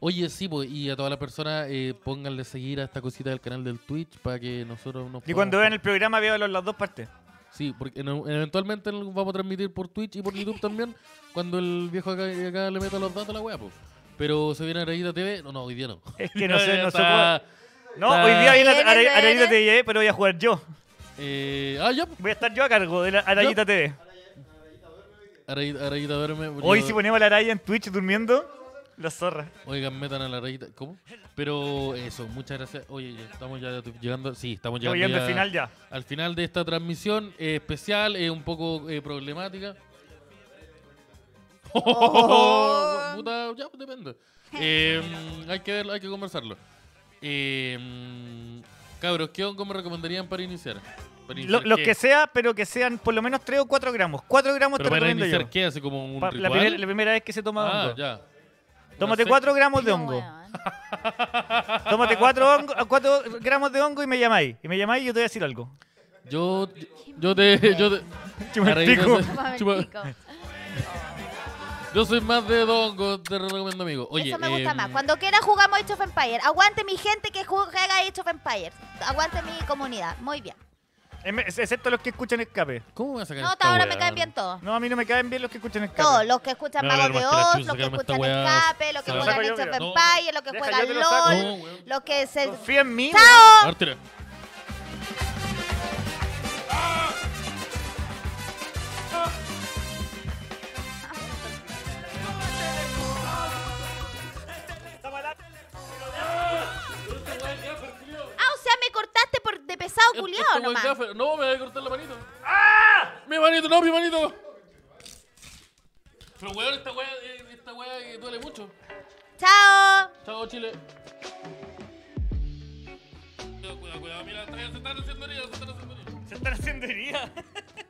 [SPEAKER 2] Oye, sí, pues, y a todas las personas eh, pónganle seguir a esta cosita del canal del Twitch para que nosotros nos
[SPEAKER 3] Y cuando
[SPEAKER 2] podamos-
[SPEAKER 3] vean el programa veo los- las dos partes.
[SPEAKER 2] Sí, porque en- eventualmente lo vamos a transmitir por Twitch y por YouTube también, cuando el viejo acá, acá le meta los datos a la wea, pues. Pero se viene Arayita TV, no, no, hoy día no.
[SPEAKER 3] Es que no sé, no se
[SPEAKER 2] Está-
[SPEAKER 3] No,
[SPEAKER 2] Está-
[SPEAKER 3] hoy día viene
[SPEAKER 1] Viene,
[SPEAKER 3] Ara-
[SPEAKER 1] viene.
[SPEAKER 3] Arayita TV, pero voy a jugar yo.
[SPEAKER 2] Eh, ah, ya.
[SPEAKER 3] Voy a estar yo a cargo de la Arayita TV.
[SPEAKER 2] Arayita, Arayita duerme.
[SPEAKER 3] Hoy
[SPEAKER 2] yo-
[SPEAKER 3] si ponemos la Araya en Twitch durmiendo, la zorra.
[SPEAKER 2] Oigan, metan a la Arayita. ¿Cómo? Pero eso, muchas gracias. Oye, ya estamos ya llegando. Sí, estamos llegando.
[SPEAKER 3] Estamos llegando al final ya.
[SPEAKER 2] Al final de esta transmisión eh, especial, es un poco eh, problemática.
[SPEAKER 1] Oh.
[SPEAKER 2] Puta, ya pues, depende. Eh, hay que verlo, hay que conversarlo. Eh, cabros, ¿qué hongo me recomendarían para iniciar? Para
[SPEAKER 3] Lo-
[SPEAKER 2] iniciar
[SPEAKER 3] los
[SPEAKER 2] qué?
[SPEAKER 3] que sea, pero que sean por lo menos 3 o 4 gramos. 4 gramos
[SPEAKER 2] Pero
[SPEAKER 3] te
[SPEAKER 2] para
[SPEAKER 3] recomiendo
[SPEAKER 2] iniciar,
[SPEAKER 3] yo.
[SPEAKER 2] ¿qué? Así como un
[SPEAKER 3] Pa- la,
[SPEAKER 2] ritual.
[SPEAKER 3] primera, la primera vez que se toma
[SPEAKER 2] ah,
[SPEAKER 3] hongo.
[SPEAKER 2] ya.
[SPEAKER 3] Tómate
[SPEAKER 2] Una
[SPEAKER 3] 4 gramos de
[SPEAKER 1] No,
[SPEAKER 3] hongo.
[SPEAKER 1] weón.
[SPEAKER 3] Tómate 4 cuatro gramos de hongo y me llamáis. Y me llamáis y yo te voy a decir algo.
[SPEAKER 2] Yo, yo te, yo te,
[SPEAKER 3] Chupa el
[SPEAKER 2] Arreglate.
[SPEAKER 3] pico.
[SPEAKER 1] Chúpame el
[SPEAKER 2] Chupa-
[SPEAKER 1] pico.
[SPEAKER 2] yo soy más de dongo, te lo recomiendo amigo. Oye,
[SPEAKER 1] Eso me gusta
[SPEAKER 2] em,
[SPEAKER 1] más. Cuando quiera jugamos Age of Empires. Aguante mi gente que ju- juega Age of Empires. Aguante mi comunidad. Muy bien.
[SPEAKER 3] Em- Excepto los que escuchan escape.
[SPEAKER 2] ¿cómo me vas a sacar
[SPEAKER 1] No,
[SPEAKER 2] esta
[SPEAKER 1] hasta ahora
[SPEAKER 2] weá?
[SPEAKER 1] me caen bien todos.
[SPEAKER 3] No, a mí no me caen bien los que escuchan escape.
[SPEAKER 1] Todos, los que escuchan
[SPEAKER 2] Me va a
[SPEAKER 1] Magos de
[SPEAKER 2] doler más que la
[SPEAKER 1] Oz,
[SPEAKER 2] chucha,
[SPEAKER 1] los que
[SPEAKER 2] sacarme esta
[SPEAKER 1] escuchan
[SPEAKER 2] weá.
[SPEAKER 1] Escape, los que
[SPEAKER 2] Saco
[SPEAKER 1] juegan
[SPEAKER 3] yo,
[SPEAKER 1] Age of
[SPEAKER 3] mira.
[SPEAKER 2] No.
[SPEAKER 1] Empires, los que
[SPEAKER 3] Deja, yo te
[SPEAKER 1] juegan
[SPEAKER 3] lo saco.
[SPEAKER 1] LOL,
[SPEAKER 2] No, weón.
[SPEAKER 1] los que se...
[SPEAKER 3] Confía en mí.
[SPEAKER 2] A ver, tira.
[SPEAKER 1] Ah, o sea, me cortaste por de pesado
[SPEAKER 2] Este-
[SPEAKER 1] culiado
[SPEAKER 2] este
[SPEAKER 1] nomás.
[SPEAKER 2] weón gafe- No, me voy a cortar la manito. ¡Ah! Mi manito, no, mi manito. Pero weón, esta weá, eh, esta weá que duele mucho.
[SPEAKER 1] Chao.
[SPEAKER 2] Chao, Chile. Cuidado, cuidado, cuidado. Mira, está- se están haciendo heridas, se están haciendo heridas.
[SPEAKER 3] Se están haciendo heridas.